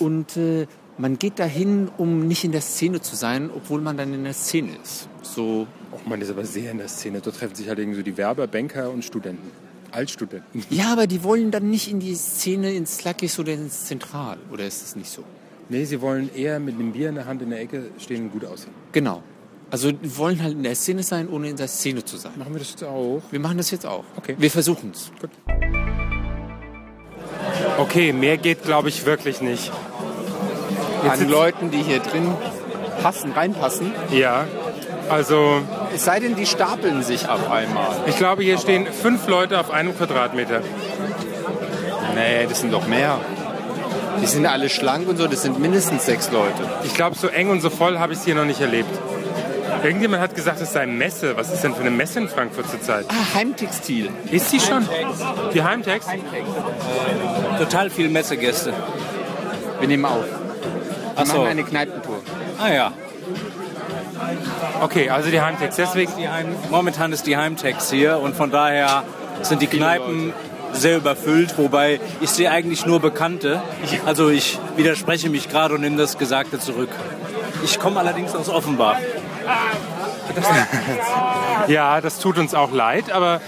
und äh, man geht dahin, um nicht in der Szene zu sein, obwohl man dann in der Szene ist. So,
Oh, man ist aber sehr in der Szene. Dort treffen sich halt irgendwie so die Werber, Banker und Studenten. Altstudenten.
Ja, aber die wollen dann nicht in die Szene ins Slackies oder ins Zentral. Oder ist es nicht so?
Nee, sie wollen eher mit einem Bier in der Hand in der Ecke stehen und gut aussehen.
Genau. Also die wollen halt in der Szene sein, ohne in der Szene zu sein.
Machen wir das jetzt auch?
Wir machen das jetzt auch.
Okay.
Wir versuchen es.
Okay, mehr geht, glaube ich, wirklich nicht.
An Leuten, die hier drin passen, reinpassen.
Ja, also
Es sei denn, die stapeln sich auf einmal.
ich glaube, hier stehen fünf Leute auf einem Quadratmeter.
Nee, das sind doch mehr. Die sind alle schlank und so, das sind mindestens sechs Leute.
Ich glaube, so eng und so voll habe ich es hier noch nicht erlebt. Irgendjemand hat gesagt, es sei Messe. Was ist denn für eine Messe in Frankfurt zurzeit?
Ah, Heimtextil.
Ist sie schon? Die Heimtext?
Total viele Messegäste.
Wir nehmen auf. Wir
so.
machen eine Kneipentour.
Ah ja.
Okay, also die Heimtext. Deswegen,
Die Heim Momentan ist die Heimtex hier und von daher sind die Kneipen sehr überfüllt, wobei ich sehe eigentlich nur Bekannte. Ich, also ich widerspreche mich gerade und nehme das Gesagte zurück. Ich komme allerdings aus Offenbach.
ja, das tut uns auch leid, aber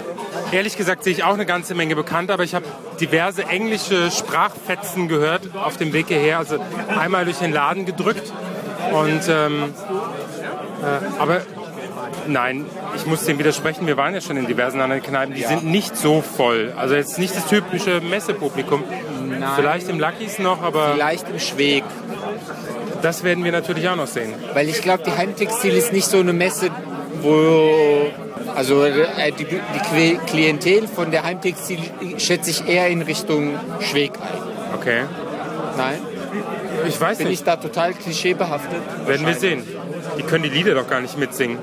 ehrlich gesagt sehe ich auch eine ganze Menge bekannt, aber ich habe diverse englische Sprachfetzen gehört auf dem Weg hierher. Also einmal durch den Laden gedrückt und ähm, äh, aber nein, ich muss dem widersprechen. Wir waren ja schon in diversen anderen Kneipen, die sind nicht so voll. Also jetzt nicht das typische Messepublikum. Vielleicht im Lucky's noch, aber
Vielleicht im Schweg.
das werden wir natürlich auch noch sehen.
Weil ich glaube, die Heimtextil ist nicht so eine Messe, wo. Also äh, die, die Que- Klientel von der Heimtextil schätze ich eher in Richtung Schweg ein.
Okay.
Nein?
Ich weiß
Bin
nicht.
ich da total klischeebehaftet?
Werden wir sehen. Die können die Lieder doch gar nicht mitsingen.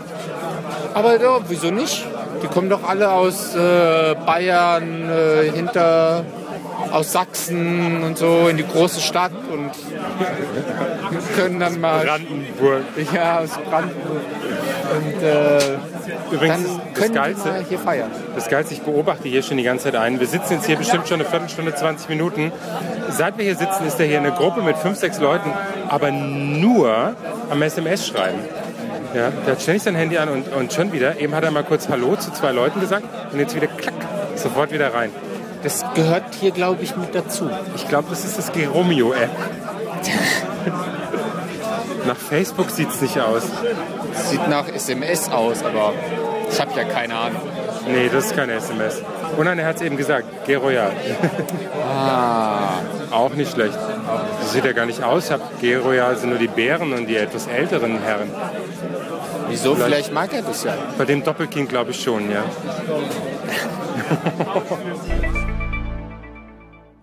Aber ja, wieso nicht? Die kommen doch alle aus äh, Bayern, äh, hinter aus Sachsen und so in die große Stadt und können dann mal
Brandenburg.
ja, aus Brandenburg und äh, dann
Übrigens, das
können die mal
Geilste,
hier feiern.
das Geilste, ich beobachte hier schon die ganze Zeit ein. Wir sitzen jetzt hier bestimmt schon eine Viertelstunde, 20 Minuten. Seit wir hier sitzen, ist er hier eine Gruppe mit fünf, sechs Leuten, aber nur am SMS schreiben. Ja, der hat ständig sein Handy an und, und schon wieder. Eben hat er mal kurz Hallo zu zwei Leuten gesagt und jetzt wieder klack, sofort wieder rein.
Das gehört hier, glaube ich, mit dazu.
Ich glaube, das ist das Geromeo-App. Nach Facebook sieht es nicht aus.
Sieht nach SMS aus, aber ich habe ja keine Ahnung.
Nee, das ist keine SMS. Und Oh nein, er hat es eben gesagt, Geh Royal. Auch nicht schlecht. So sieht er gar nicht aus. Ich hab- Geh Royal sind nur die Bären und die etwas älteren Herren.
Wieso? Vielleicht mag er das ja.
Bei dem Doppelkind glaube ich schon, ja.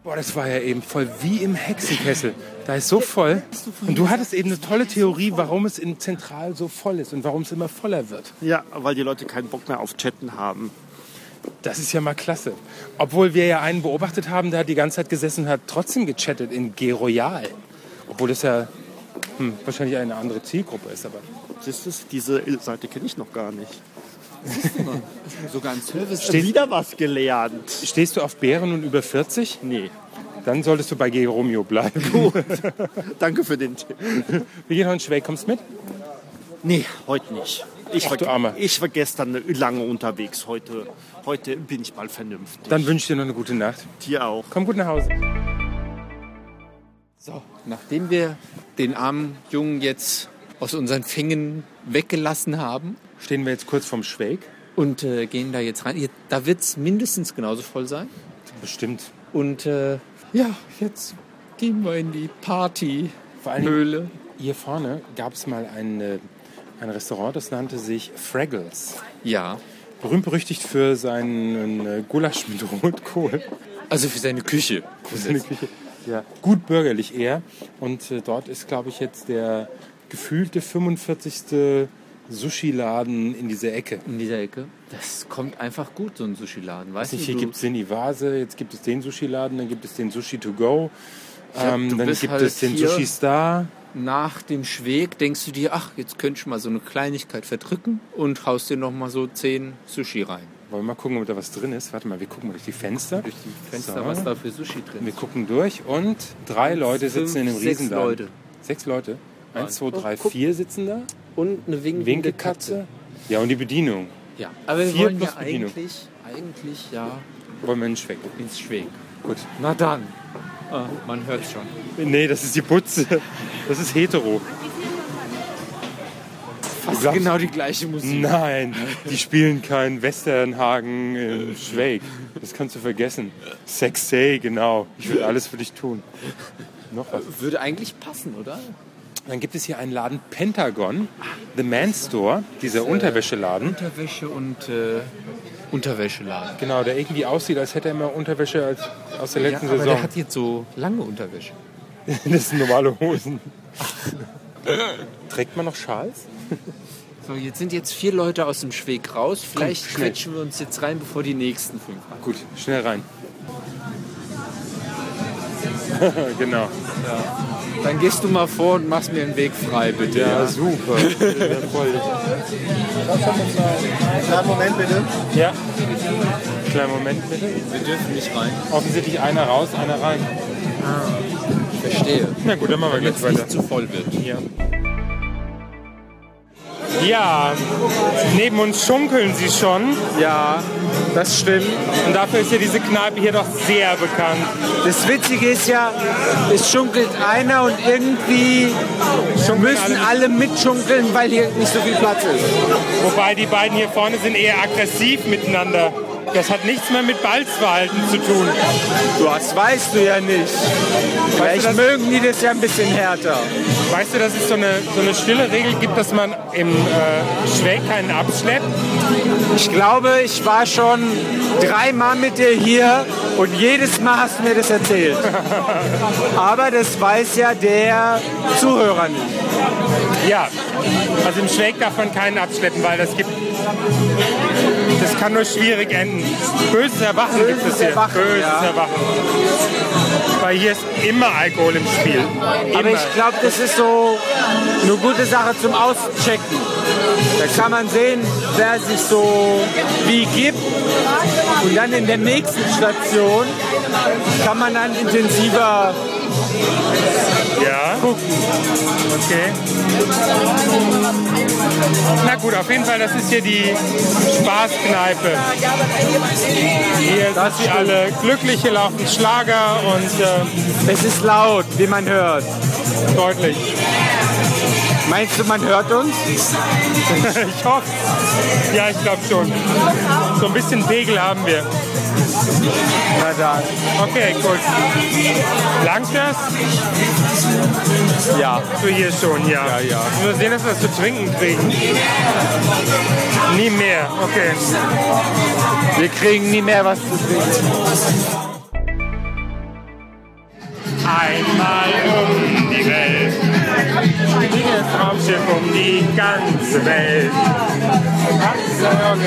Boah, das war ja eben voll wie im Hexenkessel. Da ist so voll. Und du hattest eben eine tolle Theorie, warum es in Zentral so voll ist und warum es immer voller wird.
Ja, weil die Leute keinen Bock mehr auf Chatten haben.
Das ist ja mal klasse. Obwohl wir ja einen beobachtet haben, der hat die ganze Zeit gesessen und hat trotzdem gechattet in G Royal. Obwohl das ja hm, wahrscheinlich eine andere Zielgruppe ist, aber
Siehst du, diese Seite kenne ich noch gar nicht.
Sogar im Service.
Steht Wieder was gelernt.
stehst du auf Bären und über 40?
Nee.
Dann solltest du bei G Romeo bleiben.
Danke für den Tipp.
Wir gehen heute in Schwäg, kommst mit?
Nee, heute nicht. Ich,
Ach, du
war,
Armer.
ich war gestern lange unterwegs. Heute, heute bin ich mal vernünftig.
Dann wünsche ich dir noch eine gute Nacht.
Dir auch.
Komm gut nach Hause.
So,
Nachdem wir den armen Jungen jetzt aus unseren Fängen weggelassen haben
Stehen wir jetzt kurz vorm Schwäg?
und äh, gehen da jetzt rein, hier, da wird es mindestens genauso voll sein.
Bestimmt.
Und äh, ja, jetzt gehen wir in die Party.
Vor allen Dingen
Höhle.
hier vorne gab es mal ein, äh, ein Restaurant, das nannte sich Fraggles.
Ja.
Berühmt-berüchtigt für seinen äh, Gulasch mit Rotkohl.
Also für seine Küche.
Eine Küche. Ja, gut bürgerlich eher. Und äh, dort ist, glaube ich, jetzt der gefühlte 45. Sushi-Laden in dieser Ecke.
In dieser Ecke. Das kommt einfach gut, so ein Sushi-Laden. Weißt
Also
du,
Hier
du,
gibt es den Iwase, jetzt gibt es den Sushi-Laden, dann gibt es den Sushi to go,
hab-
ähm,
du
dann
bist
gibt
halt
es den
hier.
Sushi Star.
nach dem Schweg denkst du dir, ach, jetzt könnte ich mal so eine Kleinigkeit verdrücken und haust dir nochmal so 10 Sushi rein.
Wollen wir mal gucken, ob da was drin ist. Warte mal, wir gucken mal durch die Fenster. Durch die
Fenster, was da für Sushi drin
Wir
ist.
gucken durch und drei Leute sitzen in einem
fünf, sechs
Riesenladen.
Leute. Oh,
Sechs Leute. Eins, zwei, drei,
guck.
vier sitzen da.
Und eine winkende,
Winkelkatze. Ja, und die Bedienung.
Ja, aber wir
Vier
wollen
plus
ja
Bedienung.
eigentlich, eigentlich ja
Wollen wir in Schweck? Ins Schweck.
Gut. Na dann. Ah, man hört schon.
Nee, das ist die Putze. Das ist hetero.
Fast
glaubst-
genau die gleiche Musik.
Nein, die spielen kein Westernhagen in Schweig. Das kannst du vergessen. Sexay, genau. Ich würde alles für dich tun. Noch was.
Würde eigentlich passen, oder?
Dann gibt es hier einen Laden Pentagon, The Man Store, dieser Unterwäscheladen.
Unterwäsche und äh, Unterwäscheladen.
Genau, der irgendwie aussieht, als hätte er immer Unterwäsche als, aus der
Ja,
letzten
aber der
Saison.
hat jetzt so lange Unterwäsche.
Das sind normale Hosen. Trägt man noch Schals?
So, jetzt sind jetzt vier Leute aus dem Schweg raus. Vielleicht
schnell.
quetschen wir uns jetzt rein, bevor die nächsten fünf rein.
Gut, schnell rein. genau.
Dann gehst du mal vor und machst mir den Weg frei, bitte.
Ja, super.
Kleinen Moment bitte.
Ja. Kleinen Moment bitte.
Wir dürfen nicht rein.
Offensichtlich einer raus, einer rein.
Verstehe.
Na gut, dann machen wir gleich
Wenn es
weiter.
nicht zu voll wird.
Ja, neben uns schunkeln sie schon.
Ja, das stimmt.
Und dafür ist ja diese Kneipe hier doch sehr bekannt.
Das Witzige ist ja, es schunkelt einer und irgendwie müssen alle mitschunkeln, weil hier nicht so viel Platz ist.
Wobei die beiden hier vorne sind eher aggressiv miteinander. Das hat nichts mehr mit Balzverhalten zu tun.
Das weißt du ja nicht. Vielleicht
das-
mögen die das ja ein bisschen härter.
Weißt du, dass es so eine, so eine stille Regel gibt, dass man im äh, Schwäg keinen abschleppt?
Ich glaube, ich war schon dreimal mit dir hier und jedes Mal hast du mir das erzählt. Aber das weiß ja der Zuhörer nicht.
Ja. Also im Schwäg darf man keinen abschleppen, weil das gibt. Das kann nur schwierig enden. Böses Erwachen gibt es
Böses
hier.
Erwachen,
Böses
ja.
Erwachen. Weil hier ist immer Alkohol im Spiel.
Aber
Immer.
ich glaube, das ist so eine gute Sache zum Auschecken. Da kann man sehen, wer sich so wie gibt. Und dann in der nächsten Station kann man dann intensiver
Ja. Okay. Na gut, auf jeden Fall, das ist hier die Spaßkneipe. Hier sind sie alle glückliche, laufen Schlager und
Es ist laut, wie man hört.
äh, deutlich.
Meinst du, man hört uns?
Ich hoffe. Ja, ich glaube schon. So ein bisschen Pegel haben wir.
Na dann.
Okay, cool. Langt das?
Ja.
So hier schon, ja. Ja, ja. Nur sehen, dass wir das zu trinken kriegen. Nie mehr. Okay.
Wir kriegen nie mehr was zu trinken.
Einmal um die Welt. Fliegt das Raumschiff um die ganze Welt.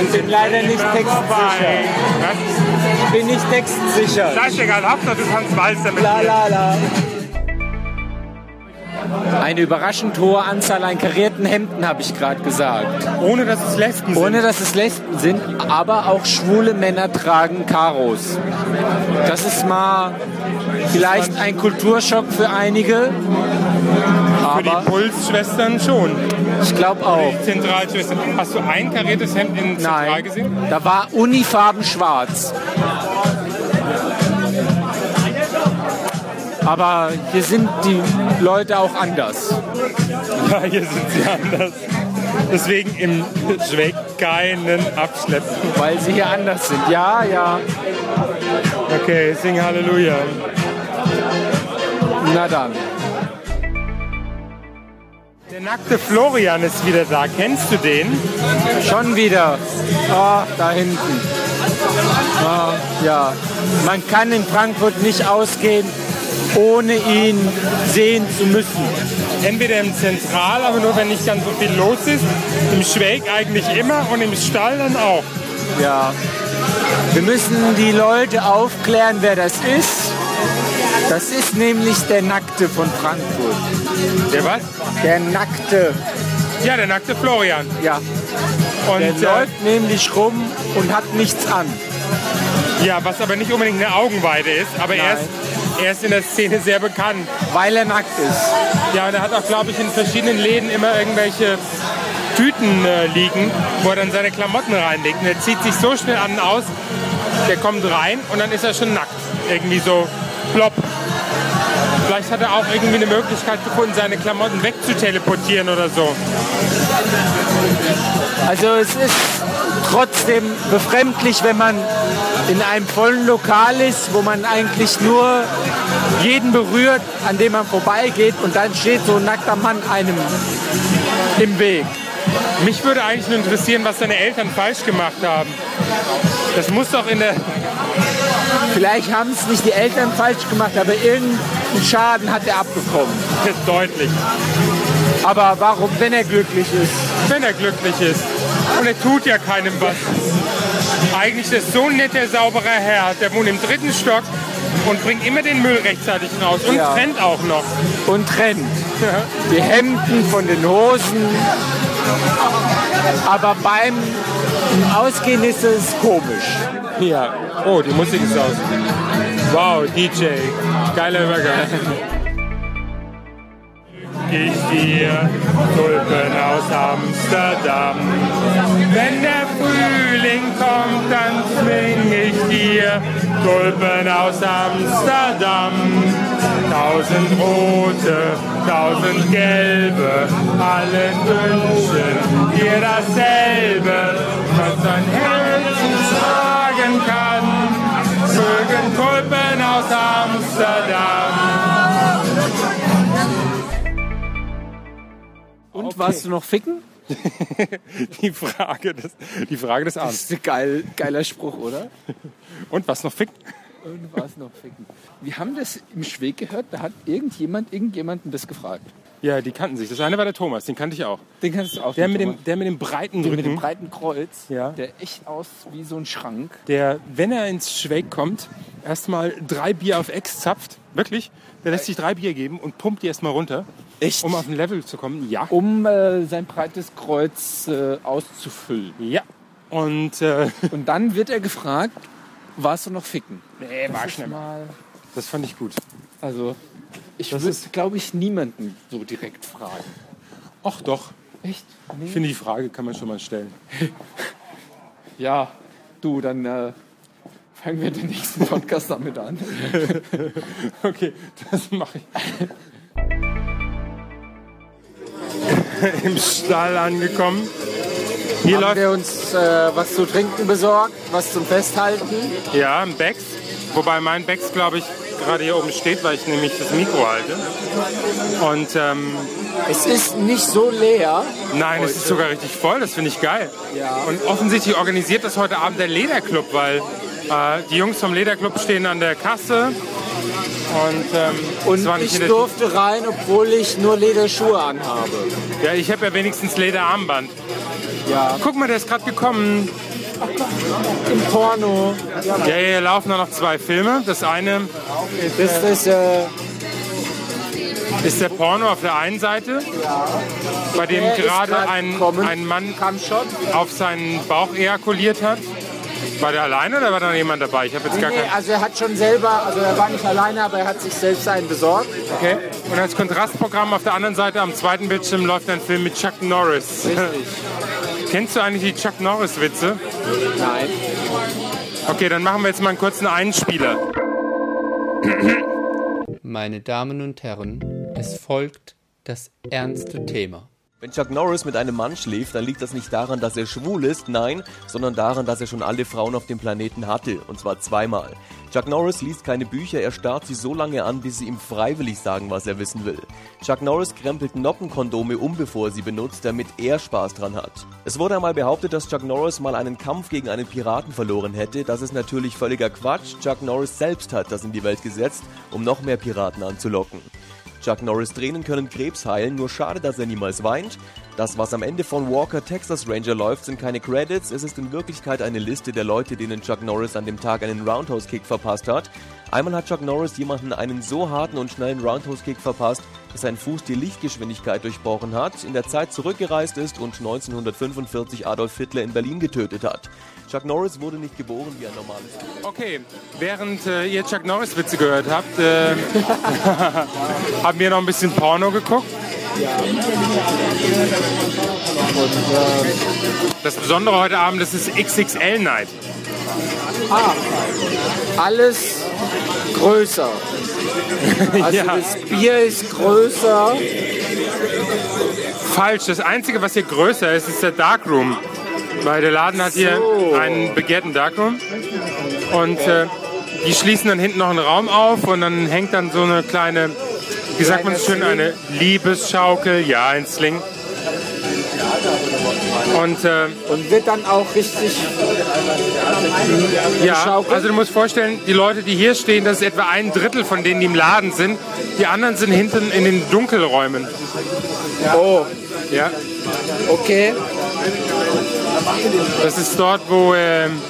Ich bin leider nicht textsicher.
Was?
Ich bin nicht textsicher.
Gleich egal, Hauptsache du kannst Walzer mit
La
mir.
la la. Eine überraschend hohe Anzahl an karierten Hemden, habe ich gerade gesagt.
Ohne dass es Lesben sind.
Ohne dass es Lesben sind, aber auch schwule Männer tragen Karos. Das ist mal vielleicht ein Kulturschock für einige,
Für
aber
die Pulsschwestern schon.
ich glaube auch.
Zentralschwestern. Hast du ein kariertes Hemd in Zentral
Oh. Nein,
gesehen?
da war Unifarben schwarz. Aber hier sind die Leute auch anders.
Ja, hier sind sie anders. Deswegen im Schweck keinen abschleppen.
Weil sie hier anders sind. Ja, ja.
Okay, sing Halleluja.
Na dann.
Der nackte Florian ist wieder da. Kennst du den?
Schon wieder. Ah, da hinten. Ah, ja. Man kann in Frankfurt nicht ausgehen, ohne ihn sehen zu müssen.
Entweder im Zentral, aber nur wenn nicht ganz so viel los ist. Im Schweig eigentlich immer und im Stall dann auch.
Ja. Wir müssen die Leute aufklären, wer das ist. Das ist nämlich der Nackte von Frankfurt.
Der was?
Der Nackte.
Ja, der nackte Florian.
Ja.
Und
Der
äh,
läuft nämlich rum und hat nichts an.
ja, was aber nicht unbedingt eine Augenweide ist, aber er ist, er ist in der Szene sehr bekannt.
Weil er nackt ist.
Ja, und er hat auch, glaube ich, in verschiedenen Läden immer irgendwelche Tüten äh, liegen, wo er dann seine Klamotten reinlegt. Und er zieht sich so schnell an und aus, der kommt rein und dann ist er schon nackt. Irgendwie so plopp. Vielleicht hat er auch irgendwie eine Möglichkeit gefunden, seine Klamotten wegzuteleportieren oder so.
Also es ist trotzdem befremdlich, wenn man in einem vollen Lokal ist, wo man eigentlich nur jeden berührt, an dem man vorbeigeht und dann steht so ein nackter Mann einem im Weg.
Mich würde eigentlich nur interessieren, was seine Eltern falsch gemacht haben. Das muss doch in der.
Vielleicht haben es nicht die Eltern falsch gemacht, aber irgendeinen Schaden hat er abbekommen.
deutlich.
Aber warum, wenn er glücklich ist?
wenn er glücklich ist. Und er tut ja keinem was. Eigentlich ist so ein netter, sauberer Herr, der wohnt im dritten Stock und bringt immer den Müll rechtzeitig raus und
Ja.
trennt auch noch.
Und trennt die Hemden von den Hosen. Aber beim Ausgehen ist es komisch.
Ja. Oh, die Musik ist aus. Wow, DJ. Geiler Übergang. Ich dir Tulpen aus Amsterdam. Wenn der Frühling kommt, dann zwing ich dir Tulpen aus Amsterdam. Tausend rote, tausend gelbe, alle wünschen dir dasselbe, was dein Herzen tragen kann. Mögen Tulpen aus Amsterdam.
Und warst du noch ficken?
Die Frage des, die Frage des Abends.
Das ist ein geil, geiler Spruch, oder?
Und was noch fickt?
Und warst noch ficken. Wir haben das im Schweg gehört, da hat irgendjemand irgendjemanden das gefragt.
Ja, die kannten sich. Das eine war der Thomas, den kannte ich auch.
Den kannst du auch
Der
nicht,
mit
Thomas.
dem, der mit dem breiten
Der mit dem
Rücken,
breiten Kreuz,
Ja.
der echt aus wie so ein Schrank.
der, wenn er ins Schweig kommt, erstmal drei Bier auf Ex zapft. Wirklich? Der lässt sich drei Bier geben und pumpt die erstmal runter,
Echt?
um auf ein Level zu kommen. Ja.
um äh, sein breites Kreuz äh, auszufüllen.
Ja. Und äh,
Und dann wird er gefragt, warst du noch ficken?
nee, war schnell.
Mal,
Das fand ich gut.
also ich würde, glaube ich, niemanden so direkt fragen.
Ach doch.
Echt?
Ich finde, die Frage kann man schon mal stellen.
Ja, du, dann äh, fangen wir den nächsten Podcast damit an.
Okay, das mache ich. Im Stall angekommen. Hier
Haben
läuft
wir uns äh, was zu trinken besorgt, was zum Festhalten?
Ja, ein Becks. Wobei mein Becks, glaube ich, gerade hier oben steht, weil ich nämlich das Mikro halte. Und ähm,
Es ist nicht so leer.
nein, es ist sogar richtig voll, das finde ich geil. Und offensichtlich organisiert das heute Abend der Lederclub, weil äh, die Jungs vom Lederclub stehen an der Kasse. Und, ähm, es
Und
war nicht
ich
jeder-
durfte rein, obwohl ich nur Lederschuhe anhabe.
Ja, ich habe ja wenigstens Lederarmband.
Ja.
Guck mal, der ist gerade gekommen.
Im Porno.
Ja, hier laufen noch zwei Filme. Das eine
Das ist äh,
ist der Porno auf der einen Seite, bei dem
Der ist
gerade
gerade
ein,
gekommen.
ein Mann
kam schon.
auf seinen Bauch ejakuliert hat. War der alleine oder war da noch jemand dabei? Ich habe jetzt gar
Nee,
keinen.
also er hat schon selber, also er war nicht alleine, aber er hat sich selbst einen besorgt.
Okay. Und als Kontrastprogramm auf der anderen Seite am zweiten Bildschirm läuft ein Film mit Chuck Norris. Kennst du eigentlich die Chuck Norris-Witze?
Nein.
Okay, dann machen wir jetzt mal einen kurzen Einspieler.
Meine Damen und Herren, es folgt das ernste Thema.
Wenn Chuck Norris mit einem Mann schläft, dann liegt das nicht daran, dass er schwul ist, nein, sondern daran, dass er schon alle Frauen auf dem Planeten hatte, und zwar zweimal. Chuck Norris liest keine Bücher, er starrt sie so lange an, bis sie ihm freiwillig sagen, was er wissen will. Chuck Norris krempelt Noppenkondome um, bevor er sie benutzt, damit er Spaß dran hat. Es wurde einmal behauptet, dass Chuck Norris mal einen Kampf gegen einen Piraten verloren hätte, das ist natürlich völliger Quatsch, Chuck Norris selbst hat das in die Welt gesetzt, um noch mehr Piraten anzulocken. Chuck Norris Tränen können Krebs heilen, nur schade, dass er niemals weint. Das, was am Ende von Walker Texas Ranger läuft, sind keine Credits, es ist in Wirklichkeit eine Liste der Leute, denen Chuck Norris an dem Tag einen Roundhouse-Kick verpasst hat. Einmal hat Chuck Norris jemanden einen so harten und schnellen Roundhouse-Kick verpasst, dass sein Fuß die Lichtgeschwindigkeit durchbrochen hat, in der Zeit zurückgereist ist und 1945 Adolf Hitler in Berlin getötet hat. Chuck Norris wurde nicht geboren wie ein normales Kind.
Okay, während äh, ihr Chuck Norris Witze gehört habt, äh, haben wir noch ein bisschen Porno geguckt. Das Besondere heute Abend, das ist XXL Night.
Alles größer. Also das Bier ist größer.
Falsch, das Einzige, was hier größer ist, ist der Darkroom. Weil der Laden hat hier einen begehrten Darkroom. Und äh, die schließen dann hinten noch einen Raum auf und dann hängt dann so eine kleine, wie sagt man so schön, eine Liebesschaukel, ja, ein Sling. Und äh,
Und wird dann auch richtig
Ja,
Schaukel?
also du musst vorstellen, die Leute, die hier stehen, das ist etwa ein Drittel von denen, die im Laden sind. Die anderen sind hinten in den Dunkelräumen.
Oh,
Ja,
okay.
das ist dort, wo ähm,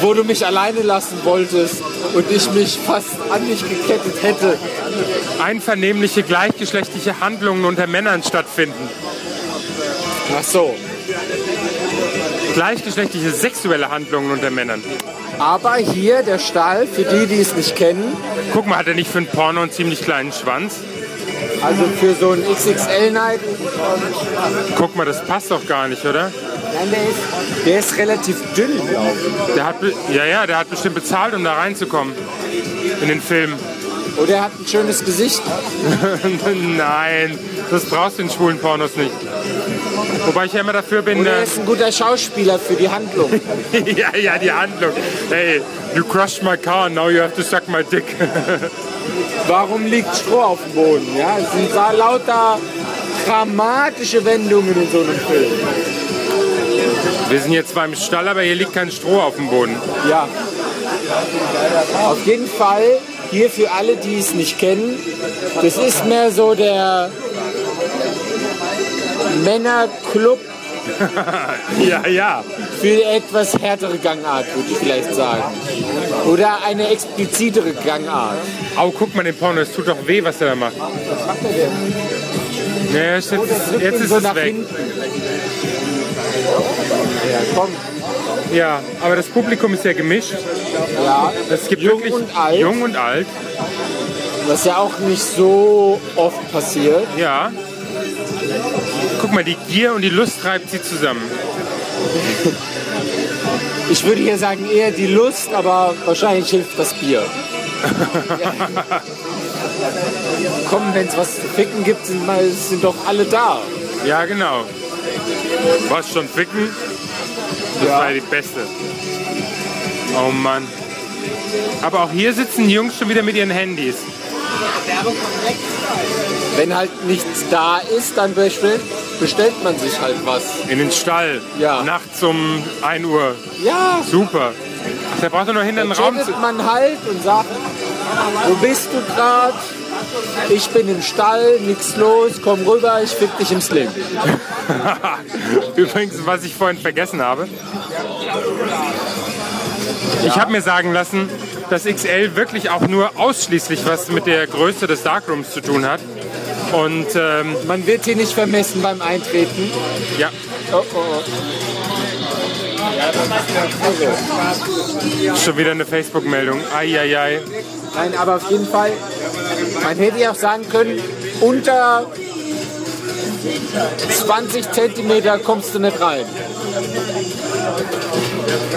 Wo du mich alleine lassen wolltest und ich mich fast an dich gekettet hätte.
einvernehmliche gleichgeschlechtliche Handlungen unter Männern stattfinden.
Ach so.
Gleichgeschlechtliche sexuelle Handlungen unter Männern.
Aber hier der Stall, für die, die es nicht kennen,
Guck mal, hat er nicht für einen Porno einen ziemlich kleinen Schwanz?
also für so einen XXL-Night,
Guck mal, das passt doch gar nicht, oder?
nein, der ist, der ist relativ dünn, glaube
Der hat, be- ja, ja, der hat bestimmt bezahlt, um da reinzukommen. In den Film.
ich. Oder er hat ein schönes Gesicht.
Nein, das brauchst du in schwulen Pornos nicht. Wobei ich ja immer dafür bin,
Oder er
äh,
ist ein guter Schauspieler für die Handlung.
ja, ja, die Handlung. Hey, you crushed my car, now you have to suck my dick.
Warum liegt Stroh auf dem Boden? Ja, es sind da lauter dramatische Wendungen in so einem Film.
Wir sind jetzt zwar im Stall, aber hier liegt kein Stroh auf dem Boden.
Ja. Auf jeden Fall, hier für alle, die es nicht kennen, das ist mehr so der Männerclub
Ja, ja.
für etwas härtere Gangart, würde ich vielleicht sagen. Oder eine explizitere Gangart.
Au, guck mal den Porno, es tut doch weh, was er da macht.
Was macht er denn?
Nee, jetzt,
drückt
jetzt
ihn
ist
so
es
nach
weg.
hinten. Ja, komm.
Ja, aber das Publikum ist ja gemischt.
Ja,
Es gibt
Jung
wirklich
und alt.
jung und alt.
was ja auch nicht so oft passiert.
Ja. Guck mal, die Gier und die Lust treibt sie zusammen.
Ich würde hier sagen eher die Lust, aber wahrscheinlich hilft das Bier. Komm, wenn es was zu ficken gibt, sind, mal, sind doch alle da.
Ja, genau. Was schon ficken? Das war die beste. Oh Mann. Aber auch hier sitzen die Jungs schon wieder mit ihren Handys.
Wenn halt nichts da ist, dann bestellt, bestellt man sich halt was.
In den Stall.
Ja.
Nachts um 1 Uhr.
Ja,
Super. Da braucht er nur hinter den Raum zu.
checkt man halt und sagt, wo bist du grad? Ich bin im Stall, nix los, komm rüber, ich fick dich im Slim.
Übrigens, was ich vorhin vergessen habe. Ich habe mir sagen lassen, dass XL wirklich auch nur ausschließlich was mit der Größe des Darkrooms zu tun hat. Und ähm,
Man wird hier nicht vermessen beim Eintreten.
ja,
Oh, oh, oh.
schon wieder eine Facebook-Meldung. Eieiei.
Nein, aber auf jeden Fall, man hätte ja auch sagen können, unter 20 Zentimeter kommst du nicht rein.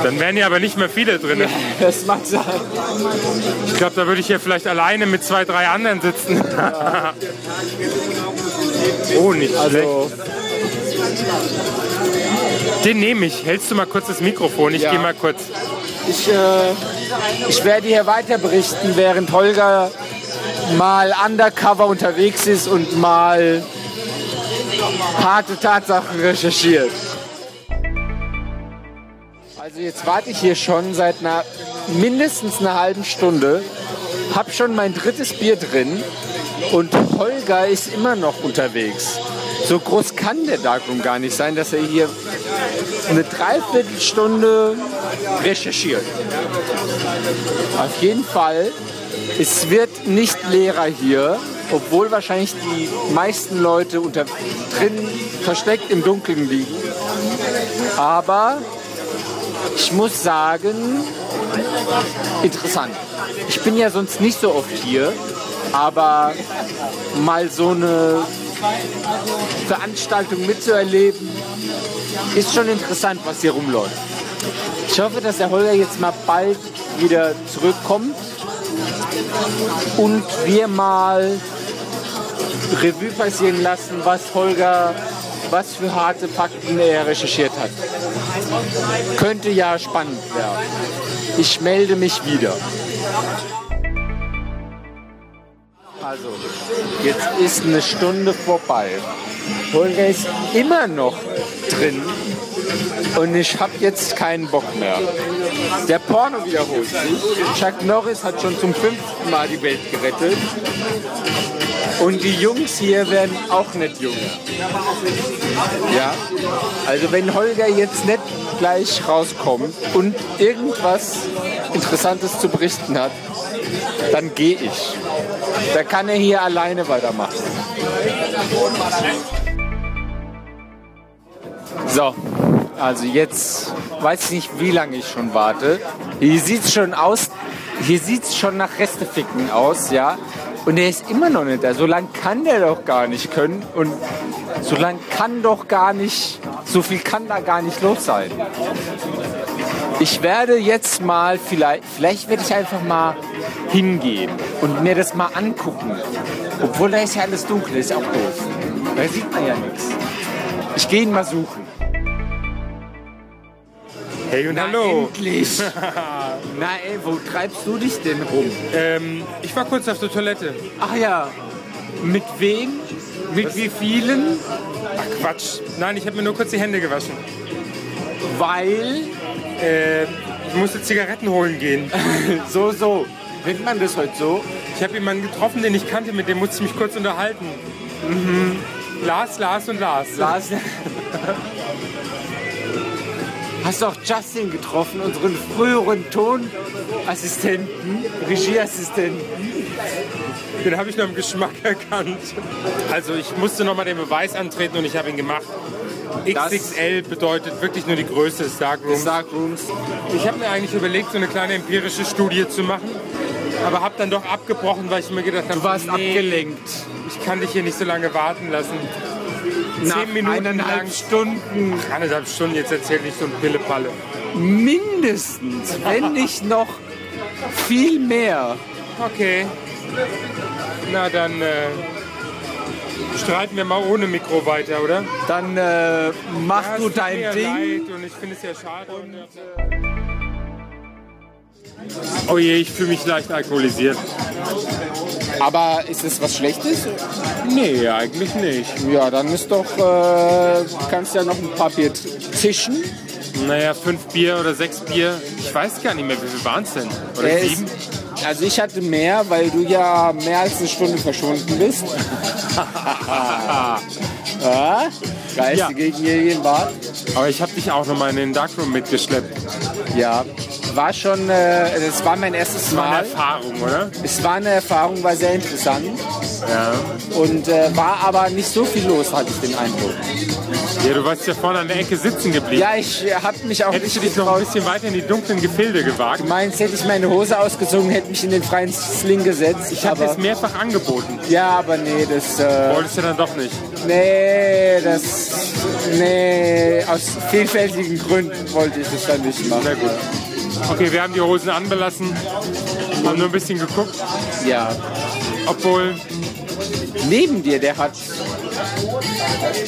Dann wären ja aber nicht mehr viele drin.
Das mag sein.
Ich glaube, da würde ich hier vielleicht alleine mit zwei, drei anderen sitzen. oh, nicht
Also,
schlecht. Den nehme ich. Hältst du mal kurz das Mikrofon? Ich
Ja.
gehe mal kurz.
ich, äh, ich werde hier weiter berichten, während Holger mal undercover unterwegs ist und mal harte Tatsachen recherchiert. Also jetzt warte ich hier schon seit einer, mindestens einer halben Stunde, hab schon mein drittes Bier drin und Holger ist immer noch unterwegs. So groß kann der Darkroom gar nicht sein, dass er hier eine Dreiviertelstunde recherchiert. Auf jeden Fall, es wird nicht leerer hier, obwohl wahrscheinlich die meisten Leute unter drin versteckt im Dunkeln liegen. Aber ich muss sagen, interessant. Ich bin ja sonst nicht so oft hier, aber mal so eine Veranstaltung mitzuerleben. Ist schon interessant, was hier rumläuft. Ich hoffe, dass der Holger jetzt mal bald wieder zurückkommt und wir mal Revue passieren lassen, was Holger, was für harte Fakten er recherchiert hat. Könnte ja spannend werden. Ich melde mich wieder. Also, jetzt ist eine Stunde vorbei. Holger ist immer noch drin und ich habe jetzt keinen Bock mehr. Der Porno wiederholt sich. Chuck Norris hat schon zum fünften Mal die Welt gerettet. Und die Jungs hier werden auch nicht jünger. Ja, also wenn Holger jetzt nicht gleich rauskommt und irgendwas Interessantes zu berichten hat, dann gehe ich. Da kann er hier alleine weitermachen. So, also jetzt weiß ich nicht, wie lange ich schon warte. Hier sieht's schon aus, hier sieht's schon nach Resteficken aus, ja. Und er ist immer noch nicht da. So lang kann der doch gar nicht können und so lang kann doch gar nicht, so viel kann da gar nicht los sein. Ich werde jetzt mal vielleicht, vielleicht werde ich einfach mal hingehen und mir das mal angucken. Obwohl da ist ja alles dunkel, ist auch doof. Da sieht man ja nichts. Ich gehe ihn mal suchen.
Hey und hallo.
Endlich! Na ey, wo treibst du dich denn rum?
Ähm, ich war kurz auf der Toilette.
Ach ja, mit wem? Mit wie vielen?
Ach Quatsch. Nein, ich habe mir nur kurz die Hände gewaschen.
Weil,
Äh, ich musste Zigaretten holen gehen.
so, so. Nennt man das heute so?
Ich habe jemanden getroffen, den ich kannte, mit dem musste ich mich kurz unterhalten. Mhm. Lars, Lars und Lars.
Lars. Hast du auch Justin getroffen, unseren früheren Tonassistenten, Regieassistenten?
Den habe ich noch im Geschmack erkannt. Also ich musste nochmal den Beweis antreten und ich habe ihn gemacht.
Das-
XXL bedeutet wirklich nur die Größe des Darkrooms.
Darkrooms.
Ich habe mir eigentlich überlegt, so eine kleine empirische Studie zu machen, aber habe dann doch abgebrochen, weil ich mir gedacht habe,
Du warst
nee,
abgelenkt.
ich kann dich hier nicht so lange warten lassen.
Nach
Zehn Minuten
eineinhalb
lang,
Stunden
anderthalb Stunden, jetzt erzähl nicht so ein Pillepalle.
mindestens, wenn nicht noch viel mehr.
Okay. Na dann äh, streiten wir mal ohne Mikro weiter, oder?
Dann äh, mach
Ja, Ah, es
du
tut
dein
mir
Ding.
Leid und ich finde es ja schade. Und, äh, oh je, ich fühle mich leicht alkoholisiert.
Aber ist es was Schlechtes?
Nee, eigentlich nicht.
Ja, dann ist doch, äh, kannst ja noch ein paar Bier zischen.
Naja, fünf Bier oder sechs Bier. Ich weiß gar nicht mehr, wie viel waren es denn? Oder
Der
sieben?
ist, also ich hatte mehr, weil du ja mehr als eine Stunde verschwunden bist. ja, geistige Gegen war.
Aber ich habe dich auch nochmal in den Darkroom mitgeschleppt.
Ja, war schon, äh, das war mein erstes
War eine
Mal.
Erfahrung, oder?
Es war eine Erfahrung, war sehr interessant
Ja.
und äh, war aber nicht so viel los, hatte ich den Eindruck.
Ja, du warst ja vorne an der Ecke sitzen geblieben.
Ja, ich habe mich auch
Hättest du
nicht
dich noch ein
getraut.
bisschen weiter in die dunklen Gefilde gewagt?
Meins hätte ich meine Hose ausgezogen, hätte mich in den freien Sling gesetzt.
Ich habe es
aber,
mehrfach angeboten.
ja, aber nee, das... Äh,
Wolltest du dann doch nicht.
Nee, das. Nee, aus vielfältigen Gründen wollte ich das dann nicht machen.
Na gut. Okay, wir haben die Hosen anbelassen, haben nur ein bisschen geguckt,
Ja.
obwohl,
Neben dir, der hat.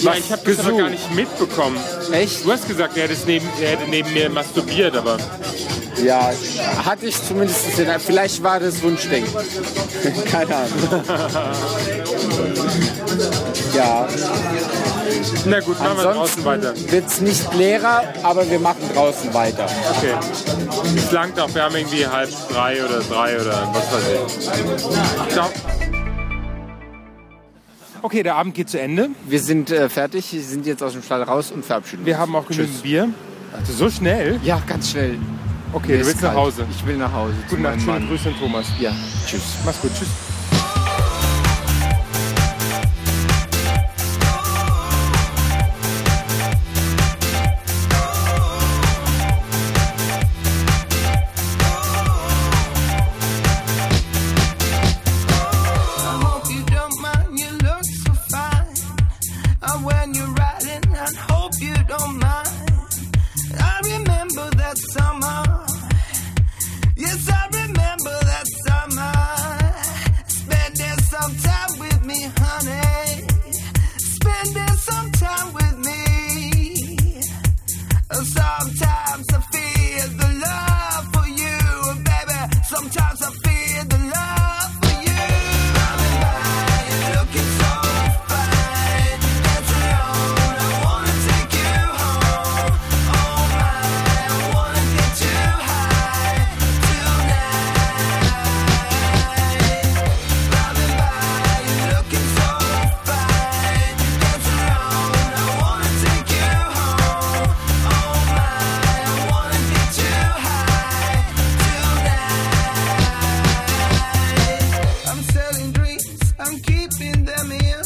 ja, ich habe das aber gar nicht mitbekommen.
Echt?
Du hast gesagt, er, hätte es neben, er hätte neben mir masturbiert, aber
Ja, hatte ich zumindest. Den, vielleicht war das Wunschdenken. Keine Ahnung. ja,
na gut, machen wir draußen
ansonsten
weiter.
wird es nicht leerer, aber wir machen draußen weiter.
Okay. Es langt auch, wir haben irgendwie halb drei oder drei oder was weiß ich. Ciao. Okay, der Abend geht zu Ende.
Wir sind äh, fertig, wir sind jetzt aus dem Stall raus und verabschieden
Wir haben auch genügend Bier. Also so schnell?
Ja, ganz schnell.
Okay,
Mir
du
ist
willst nach
kalt.
Hause.
Ich will nach Hause. zu
Gute Nacht,
meinem
schöne
Mann.
Grüße an Thomas.
Ja, tschüss.
Mach's gut, tschüss.
I hope you don't mind, you look so fine.
remember that summer. Yes, I remember that summer. Spending some time with me, honey. Spending some time with me. Sometimes I feel the love for you, and baby. Sometimes I feel the love for you. Coming by and looking so fine. Dancing on, I wanna take you home. Oh my, I wanna get you high tonight. Coming by and looking so fine. Dancing on, I wanna take you home. Oh my, I wanna get you high tonight. I'm selling dreams, I'm keeping them in.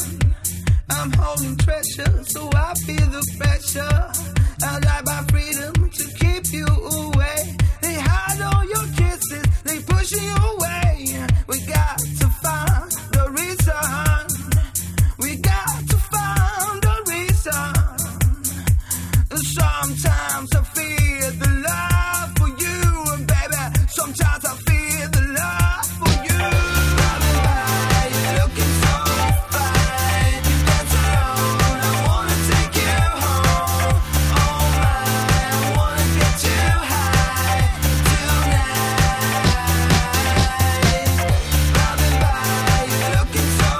I'm holding treasure, so I feel the pressure. I like my freedom to keep you away. They hide all your kisses, they push you away. We got to find the reason. We got to find the reason. Sometimes I feel the love for you, and baby, sometimes I feel the love for you. Running by, you're looking so fine. That's alone, I wanna take you home. Oh my, I wanna get you high tonight. Running by, you're looking so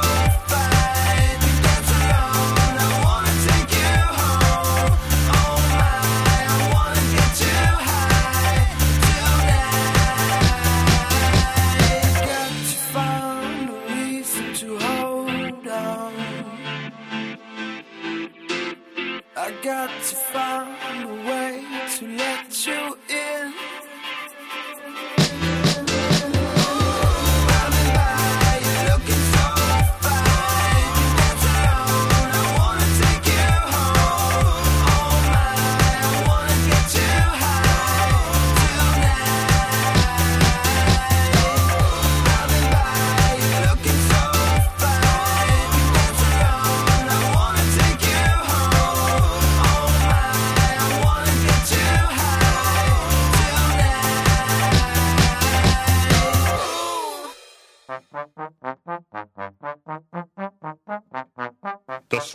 fine. That's alone, I wanna take you home. Oh my, I wanna get you high tonight. Got to find a reason to hold on. I got to find a way to let you in. Running by, you're looking so fine. That's alone, I wanna take you home. Oh my, I wanna get you high tonight. Running by, you're looking so fine. That's alone, I wanna take you home. Oh my, I wanna get you high tonight.
Das